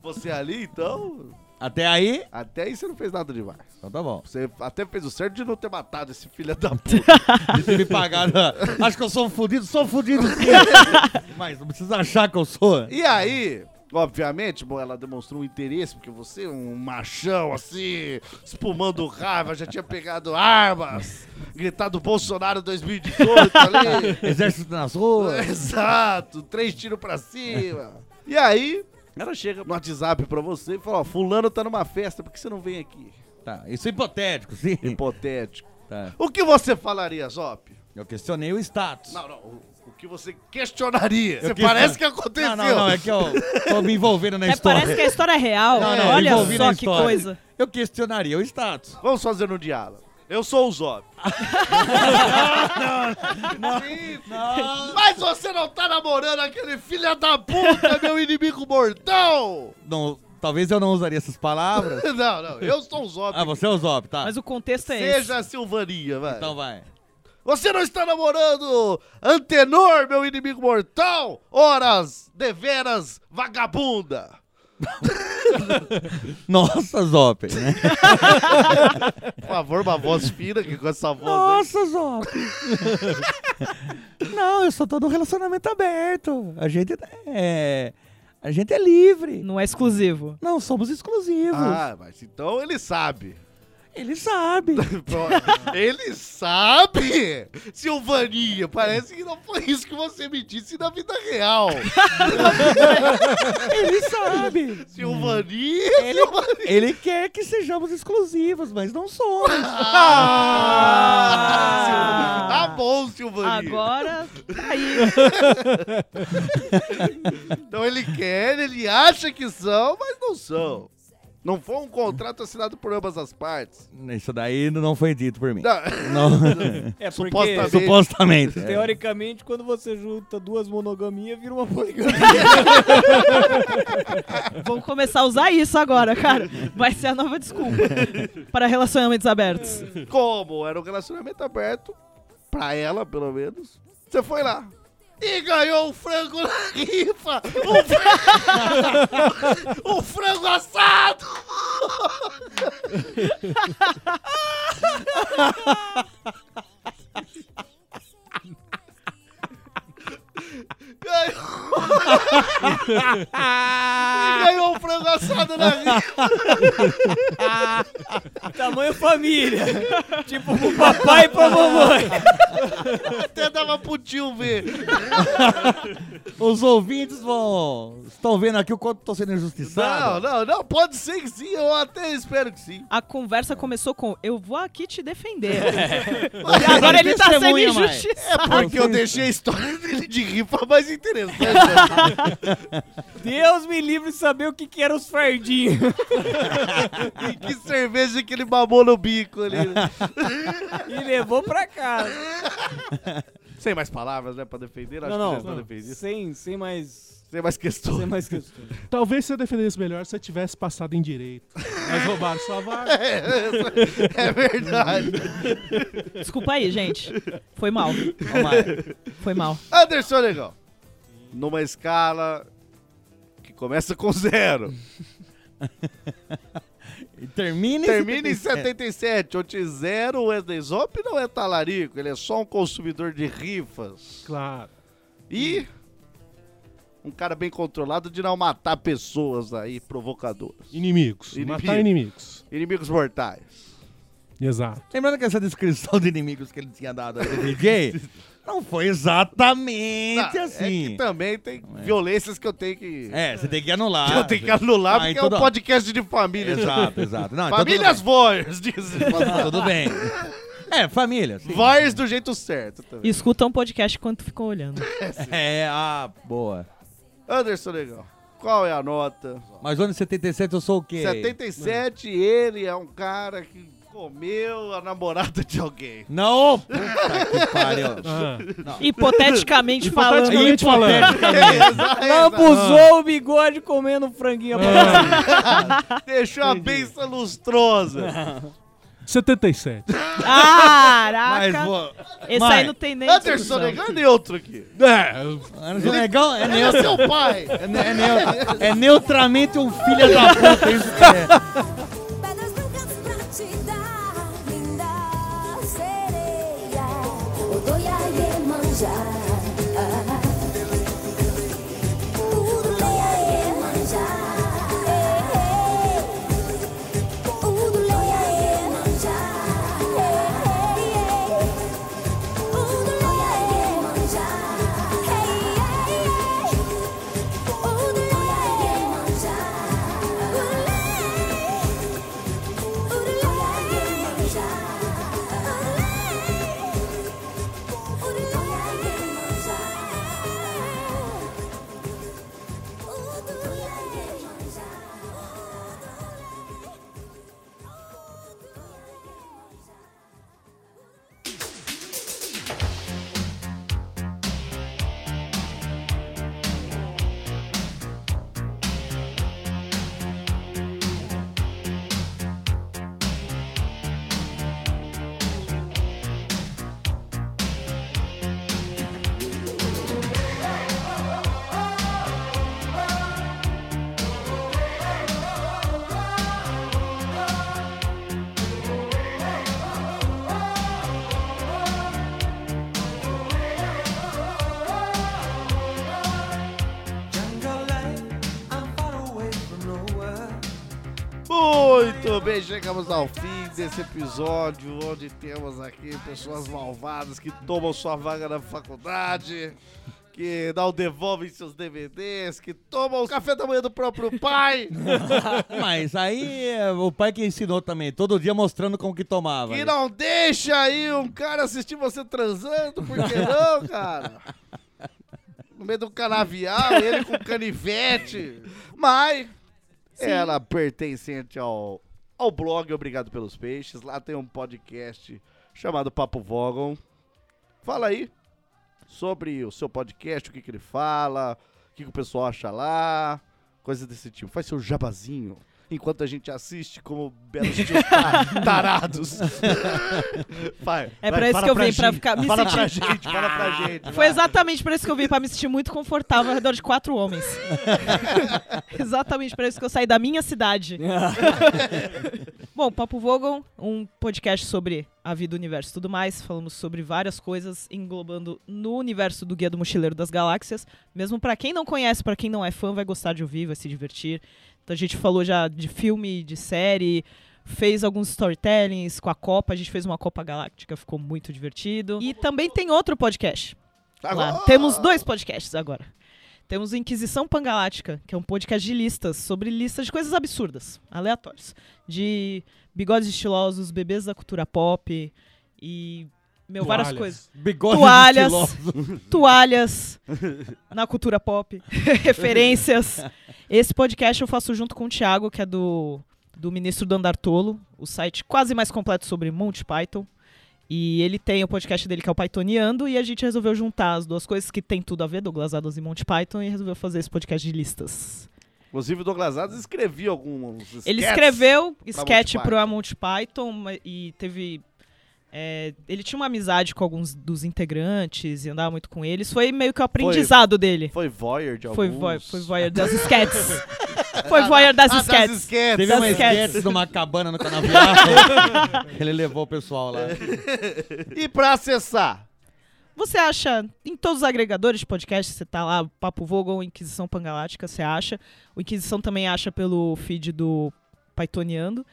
F: Você ali, então...
G: Até aí?
F: Até aí você não fez nada demais.
G: Então tá bom.
F: Você até fez o certo de não ter matado esse filho da puta.
G: De ter me pagado. Acho que eu sou um fudido, sou um fudido sim. Mas não precisa achar que eu sou.
F: E aí, obviamente, bom, ela demonstrou um interesse, porque você, um machão assim, espumando raiva, já tinha pegado armas, gritado Bolsonaro 2018 ali.
G: Exército nas ruas.
F: Exato, três tiros pra cima. E aí, ela chega no WhatsApp pra você e fala: Ó, Fulano tá numa festa, por que você não vem aqui?
G: Tá, isso é hipotético, sim.
F: Hipotético.
G: Tá.
F: O que você falaria, Zop?
G: Eu questionei o status.
F: Não, não, o, o que você questionaria?
G: Eu
F: Você
G: quis-
F: parece que aconteceu.
G: Não, não, não, é que eu tô me envolvendo na
I: É,
G: história.
I: parece que a história é real.
G: Não, não,
I: Olha
G: envolvi
I: só
G: na
I: que
G: história.
I: coisa.
G: Eu questionaria o status.
F: Vamos fazer um diálogo. Eu sou o Zop. Sim, Mas você não tá namorando aquele filho da puta, meu inimigo mortal!
G: Não, talvez eu não usaria essas palavras.
F: Não, não, eu sou o Zop.
G: Ah, você é o Zop, tá.
I: Mas o contexto é esse.
F: Seja a Silvaninha, vai.
G: Então vai.
F: Você não está namorando Antenor, meu inimigo mortal? Horas, deveras, vagabunda!
G: Nossa, Zop. né?
F: Por favor, uma voz fina que com essa voz.
G: Nossa, Zop. Não, eu sou todo um relacionamento aberto. A gente é. A gente é livre.
I: Não é exclusivo.
G: Não, somos exclusivos.
F: Ah, mas então ele sabe.
G: Ele sabe.
F: Pronto. Ele sabe! Silvaninha, parece que não foi isso que você me disse na vida real.
G: Ele
H: Ah,
G: sabe.
F: Silvaninha,
G: Ele,
F: Silvaninha.
G: ele quer que sejamos exclusivos, mas não somos.
F: Ah, Silvaninha. Tá bom, Silvaninha.
I: Agora, tá aí.
F: Então ele quer, ele acha que são, mas não são. Não foi um contrato assinado por ambas as partes.
G: Isso daí não foi dito por mim.
F: Não.
G: Não.
H: É porque,
F: Supostamente.
H: É.
G: Supostamente.
H: teoricamente, quando você junta duas monogaminhas, vira uma poligamia.
I: Vamos começar a usar isso agora, cara. Vai ser a nova desculpa para relacionamentos abertos.
F: Como era um relacionamento aberto, pra ela pelo menos, você foi lá. E ganhou um frango na rifa! Um frango, um frango assado! ganhou... E ganhou um frango assado na rifa!
H: Tamanho família. tipo, pro papai e pra mamãe.
F: Até dava pro tio ver.
G: Os ouvintes vão. Estão vendo aqui o quanto tô sendo injustiçado?
F: Não, não, não, pode ser que sim, eu até espero que sim.
I: A conversa começou com eu vou aqui te defender.
F: Mas-
I: E agora ele tá sendo
G: Testemunha, mãe.
F: É
I: injustiçado.
F: porque eu deixei a história dele de rifa mais interessante.
H: Deus me livre de saber o que, que eram os fardinhos.
F: E que cerveja que ele babou no bico ali.
H: E levou pra casa.
F: Sem mais palavras, né, pra defender. Acho
H: Não, não.
F: que não defende isso.
H: Sem, sem mais.
F: Sem mais questões.
H: Sem mais questões.
K: Talvez se eu defendesse melhor se eu tivesse passado em direito. Mas roubaram sua vaga.
F: É, é verdade.
I: É, Desculpa aí, gente. Foi mal.
G: Não, mas-
I: Foi mal.
F: Anderson Legal. Numa escala que começa com zero.
G: E Termina, em
F: Termina em
G: 77.
F: 77, onde zero Wesley Zop não é talarico, ele é só um consumidor de rifas.
K: Claro.
F: E Um cara bem controlado de não matar pessoas aí provocadoras.
K: Inimigos. Matar inimigos.
F: Inimigos mortais.
K: Exato.
G: Lembrando que essa descrição de inimigos que ele tinha dado aí do DJ não foi exatamente
F: Não, é
G: assim.
F: que também tem violências que eu tenho que.
G: É, você tem que anular.
F: Eu tenho que anular
G: Ah,
F: porque
G: então
F: é um
G: não.
F: podcast de família.
G: Exato, exato. Não, então
F: Famílias
G: tudo
F: Voyers, dizem.
G: Não, tudo bem. É, família. sim.
F: Voyers do jeito certo tá também.
I: Escuta um podcast enquanto ficam olhando.
G: É, ah, boa.
F: Anderson Legal, qual é a nota?
G: Mas onde 77 eu sou o quê?
F: 77, ele é um cara que comeu a namorada de alguém.
G: Não! Puta que pariu.
F: Ah.
G: Não.
I: Hipoteticamente falando.
G: Hipoteticamente
H: Não abusou o bigode comendo um franguinho.
F: Deixou a benção lustrosa.
K: 77.
I: Caraca!
K: Mas, vô,
I: Esse
K: mãe,
I: aí não tem nem.
F: Anderson
I: discussão.
F: Legal é neutro aqui.
G: É, legal, é
F: Ele
G: neutro.
F: é seu pai.
G: É, ne- é neutro. É neutramente um filho da puta. Isso que é.
L: Pedras brancas pra te dar, linda sereia. é Odoia e manjar. Uruleia e manjar. é Uruleia e manjar. Uruleia e manjar. Uruleia e é manjar.
F: Muito bem, chegamos ao fim desse episódio onde temos aqui pessoas malvadas que tomam sua vaga na faculdade, que não devolvem seus DVDs, que tomam o café da manhã do próprio pai.
G: Mas aí é, o pai que ensinou também, todo dia mostrando como que tomava.
F: E não deixa aí um cara assistir você transando, por que não, cara? No meio do canavial, ele com canivete. Mas ela pertencente ao, ao blog Obrigado Pelos Peixes. Lá tem um podcast chamado Papo Vogon. Fala aí sobre o seu podcast, o que, que ele fala, o que, que o pessoal acha lá, coisas desse tipo. Faz seu jabazinho. Enquanto a gente assiste como belos tios ta- tarados. Vai,
I: É
F: vai,
I: pra isso
F: fala
I: que eu vim,
F: gente.
I: pra ficar me
F: Fala pra
I: sentindo.
F: gente, fala pra gente. né?
I: Foi
F: vai.
I: exatamente pra isso que eu vim, pra me sentir muito confortável ao redor de quatro homens. exatamente pra isso que eu saí da minha cidade. Bom, Papo Vogon, um podcast sobre a vida, o universo e tudo mais. Falamos sobre várias coisas, englobando no universo do Guia do Mochileiro das Galáxias. Mesmo pra quem não conhece, pra quem não é fã, vai gostar de ouvir, vai se divertir. Então a gente falou já de filme, de série, fez alguns storytellings com a Copa. A gente fez uma Copa Galáctica, ficou muito divertido. E também tem outro podcast.
F: Agora-
I: Lá. Temos dois podcasts agora. Temos o Inquisição Pangalática, que é um podcast de listas, sobre listas de coisas absurdas, aleatórias. De bigodes estilosos, bebês da cultura pop e. Meu, várias
G: Toalhas.
I: coisas.
G: Bigodes
I: toalhas.
G: estilosos.
I: Toalhas na cultura pop. referências. Esse podcast eu faço junto com o Thiago, que é do, do Ministro Dandartolo, o site quase mais completo sobre Monty Python. E ele tem o podcast dele que é o Pythoniando, e a gente resolveu juntar as duas coisas que tem tudo a ver, Douglas Adams e Monty Python, e resolveu fazer esse podcast de listas.
F: Inclusive, o Douglas Adams escrevia alguns sketches
I: Ele escreveu
F: pra
I: sketch
F: Monty
I: pro Monty Python ma- e teve. é, ele tinha uma amizade com alguns dos integrantes e andava muito com eles. Foi meio que o aprendizado dele.
F: Foi voyeur de
I: Foi,
F: alguns.
I: voy- foi voyeur das sketches. foi voyeur das
F: Ah, das
I: sketches.
F: sketches.
G: Teve
I: Das
G: uma esquete
I: sketches.
G: numa cabana no canavial. Ele levou o pessoal lá.
F: E pra acessar?
I: Você acha em todos os agregadores de podcast, você tá lá, Papo Vogon, Inquisição Pangalática, você acha. O Inquisição também acha pelo feed do Paitoneando.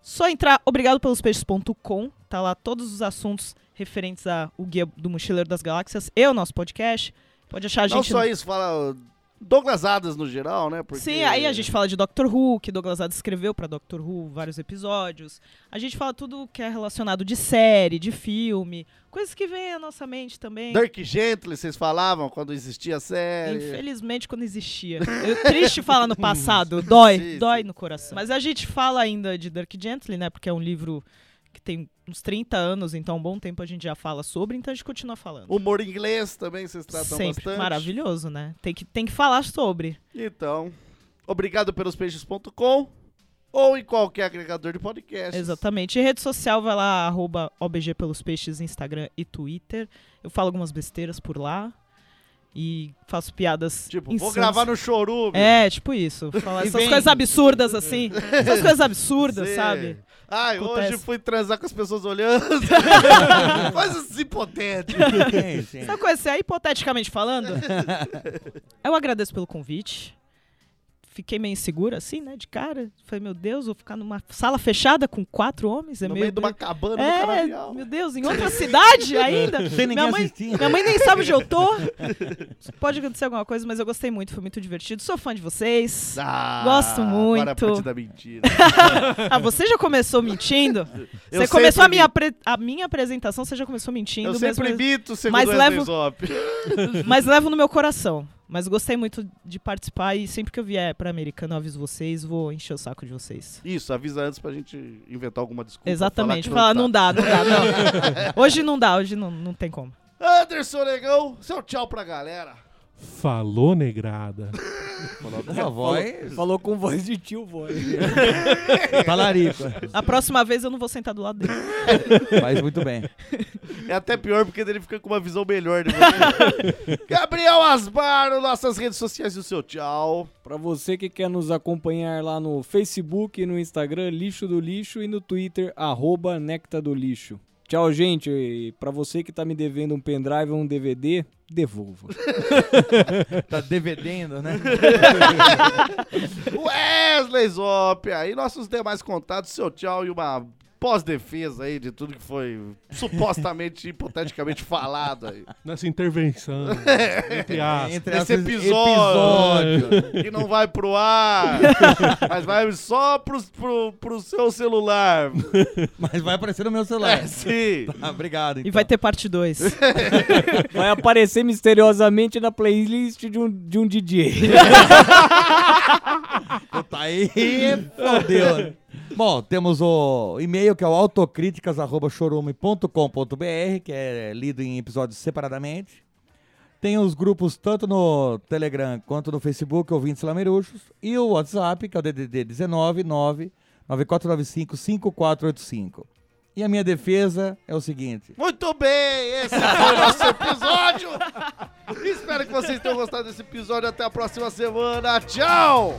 I: Só entrar obrigado pelos peixes.com, tá lá todos os assuntos referentes ao Guia do Mochileiro das Galáxias e o nosso podcast. Pode achar a gente
F: Não só
I: no-
F: isso, fala Douglas Adams no geral, né? Porque...
I: Sim, aí a gente fala de Doctor Who, que Douglas Adams escreveu pra Doctor Who vários episódios. A gente fala tudo que é relacionado de série, de filme, coisas que vêm à nossa mente também.
F: Dirk Gently, vocês falavam quando existia a série.
I: Infelizmente, quando existia. Eu, triste falar no passado, dói,
F: Sim,
I: dói no coração. Mas a gente fala ainda de Dirk Gently, né? Porque é um livro que tem uns 30 anos, então um bom tempo a gente já fala sobre, então a gente continua falando.
F: Humor inglês também vocês tratam
I: Sempre
F: tá bastante.
I: maravilhoso, né? Tem que, tem que falar sobre.
F: Então, obrigado pelos peixes.com ou em qualquer agregador de podcast.
I: Exatamente. E rede social, vai lá, arroba OBG pelos peixes, Instagram e Twitter. Eu falo algumas besteiras por lá. E faço piadas. Tipo,
F: vou gravar no chorume.
I: É, tipo isso. Falar
F: E
I: essas
F: vem.
I: coisas absurdas assim. essas coisas absurdas,
F: Sim.
I: sabe?
F: Ai,
I: Acontece.
F: hoje fui transar com as pessoas olhando. Coisas hipotéticas.
I: Essa coisa assim, é hipoteticamente falando. Eu agradeço pelo convite. Fiquei meio insegura, assim, né? De cara. Falei, meu Deus, vou ficar numa sala fechada com quatro homens. É
F: No
I: meio
F: meio de uma
I: doido.
F: cabana do
I: é,
F: canavial.
I: Meu Deus, em outra cidade
F: Sem
I: ainda.
F: ninguém assim.
I: minha mãe,
F: assistindo.
I: Minha mãe nem sabe onde eu tô. Pode acontecer alguma coisa, mas eu gostei muito, foi muito divertido. Sou fã de vocês.
F: Ah,
I: gosto muito.
F: Agora a parte da mentira.
I: ah, você já começou mentindo?
F: Eu
I: Você começou a
F: sempre
I: minha, apre- a minha apresentação, você já começou mentindo.
F: Eu
I: mesmo-
F: sempre imito, segundo
I: mas
F: Wesley
I: levo,
F: Zop.
I: mas levo no meu coração. Mas gostei muito de participar e sempre que eu vier pra Americana, eu aviso vocês, vou encher o saco de vocês.
F: Isso, avisa antes pra gente inventar alguma desculpa.
I: Exatamente.
F: falar
I: Falar,
F: que tá.
I: não dá, não dá, não. hoje não dá, hoje não, não tem como.
F: Anderson Negão, seu tchau pra galera.
K: Falou, negrada.
G: Falou com a voz.
H: Falou com voz de tio, voz.
G: Tá Talarico.
I: A próxima vez eu não vou sentar do lado dele.
G: Faz muito bem.
F: É até pior porque ele fica com uma visão melhor de você. Gabriel Asbaro, nossas redes sociais e o seu tchau.
H: Pra você que quer nos acompanhar lá no Facebook, no Instagram, Lixo do Lixo e no Twitter, arroba Necta do Lixo. Tchau, gente. E pra você que tá me devendo um pendrive ou um DVD, devolva.
G: Tá devedendo, né?
F: Wesley Zop, aí nossos demais contatos, seu tchau e uma pós-defesa aí de tudo que foi supostamente, hipoteticamente falado aí.
K: Nessa intervenção. Entre aspas.
F: Esse episódio, que não vai pro ar, mas vai só pro, pro, pro seu celular.
G: Mas vai aparecer no meu celular.
F: É, sim.
G: Tá, obrigado.
I: E vai ter parte 2.
H: Vai aparecer misteriosamente na playlist de um, de um DJ.
G: Tá aí, fodeu. né? Bom, temos o e-mail que é o autocríticas.chorume.com.br, que é lido em episódios separadamente. Tem os grupos tanto no Telegram quanto no Facebook, ouvintes Lameruxos, e o WhatsApp, que é o DDD 199 9495 5485. E a minha defesa é o seguinte:
F: Muito bem, esse foi o nosso episódio. Espero que vocês tenham gostado desse episódio. Até a próxima semana. Tchau!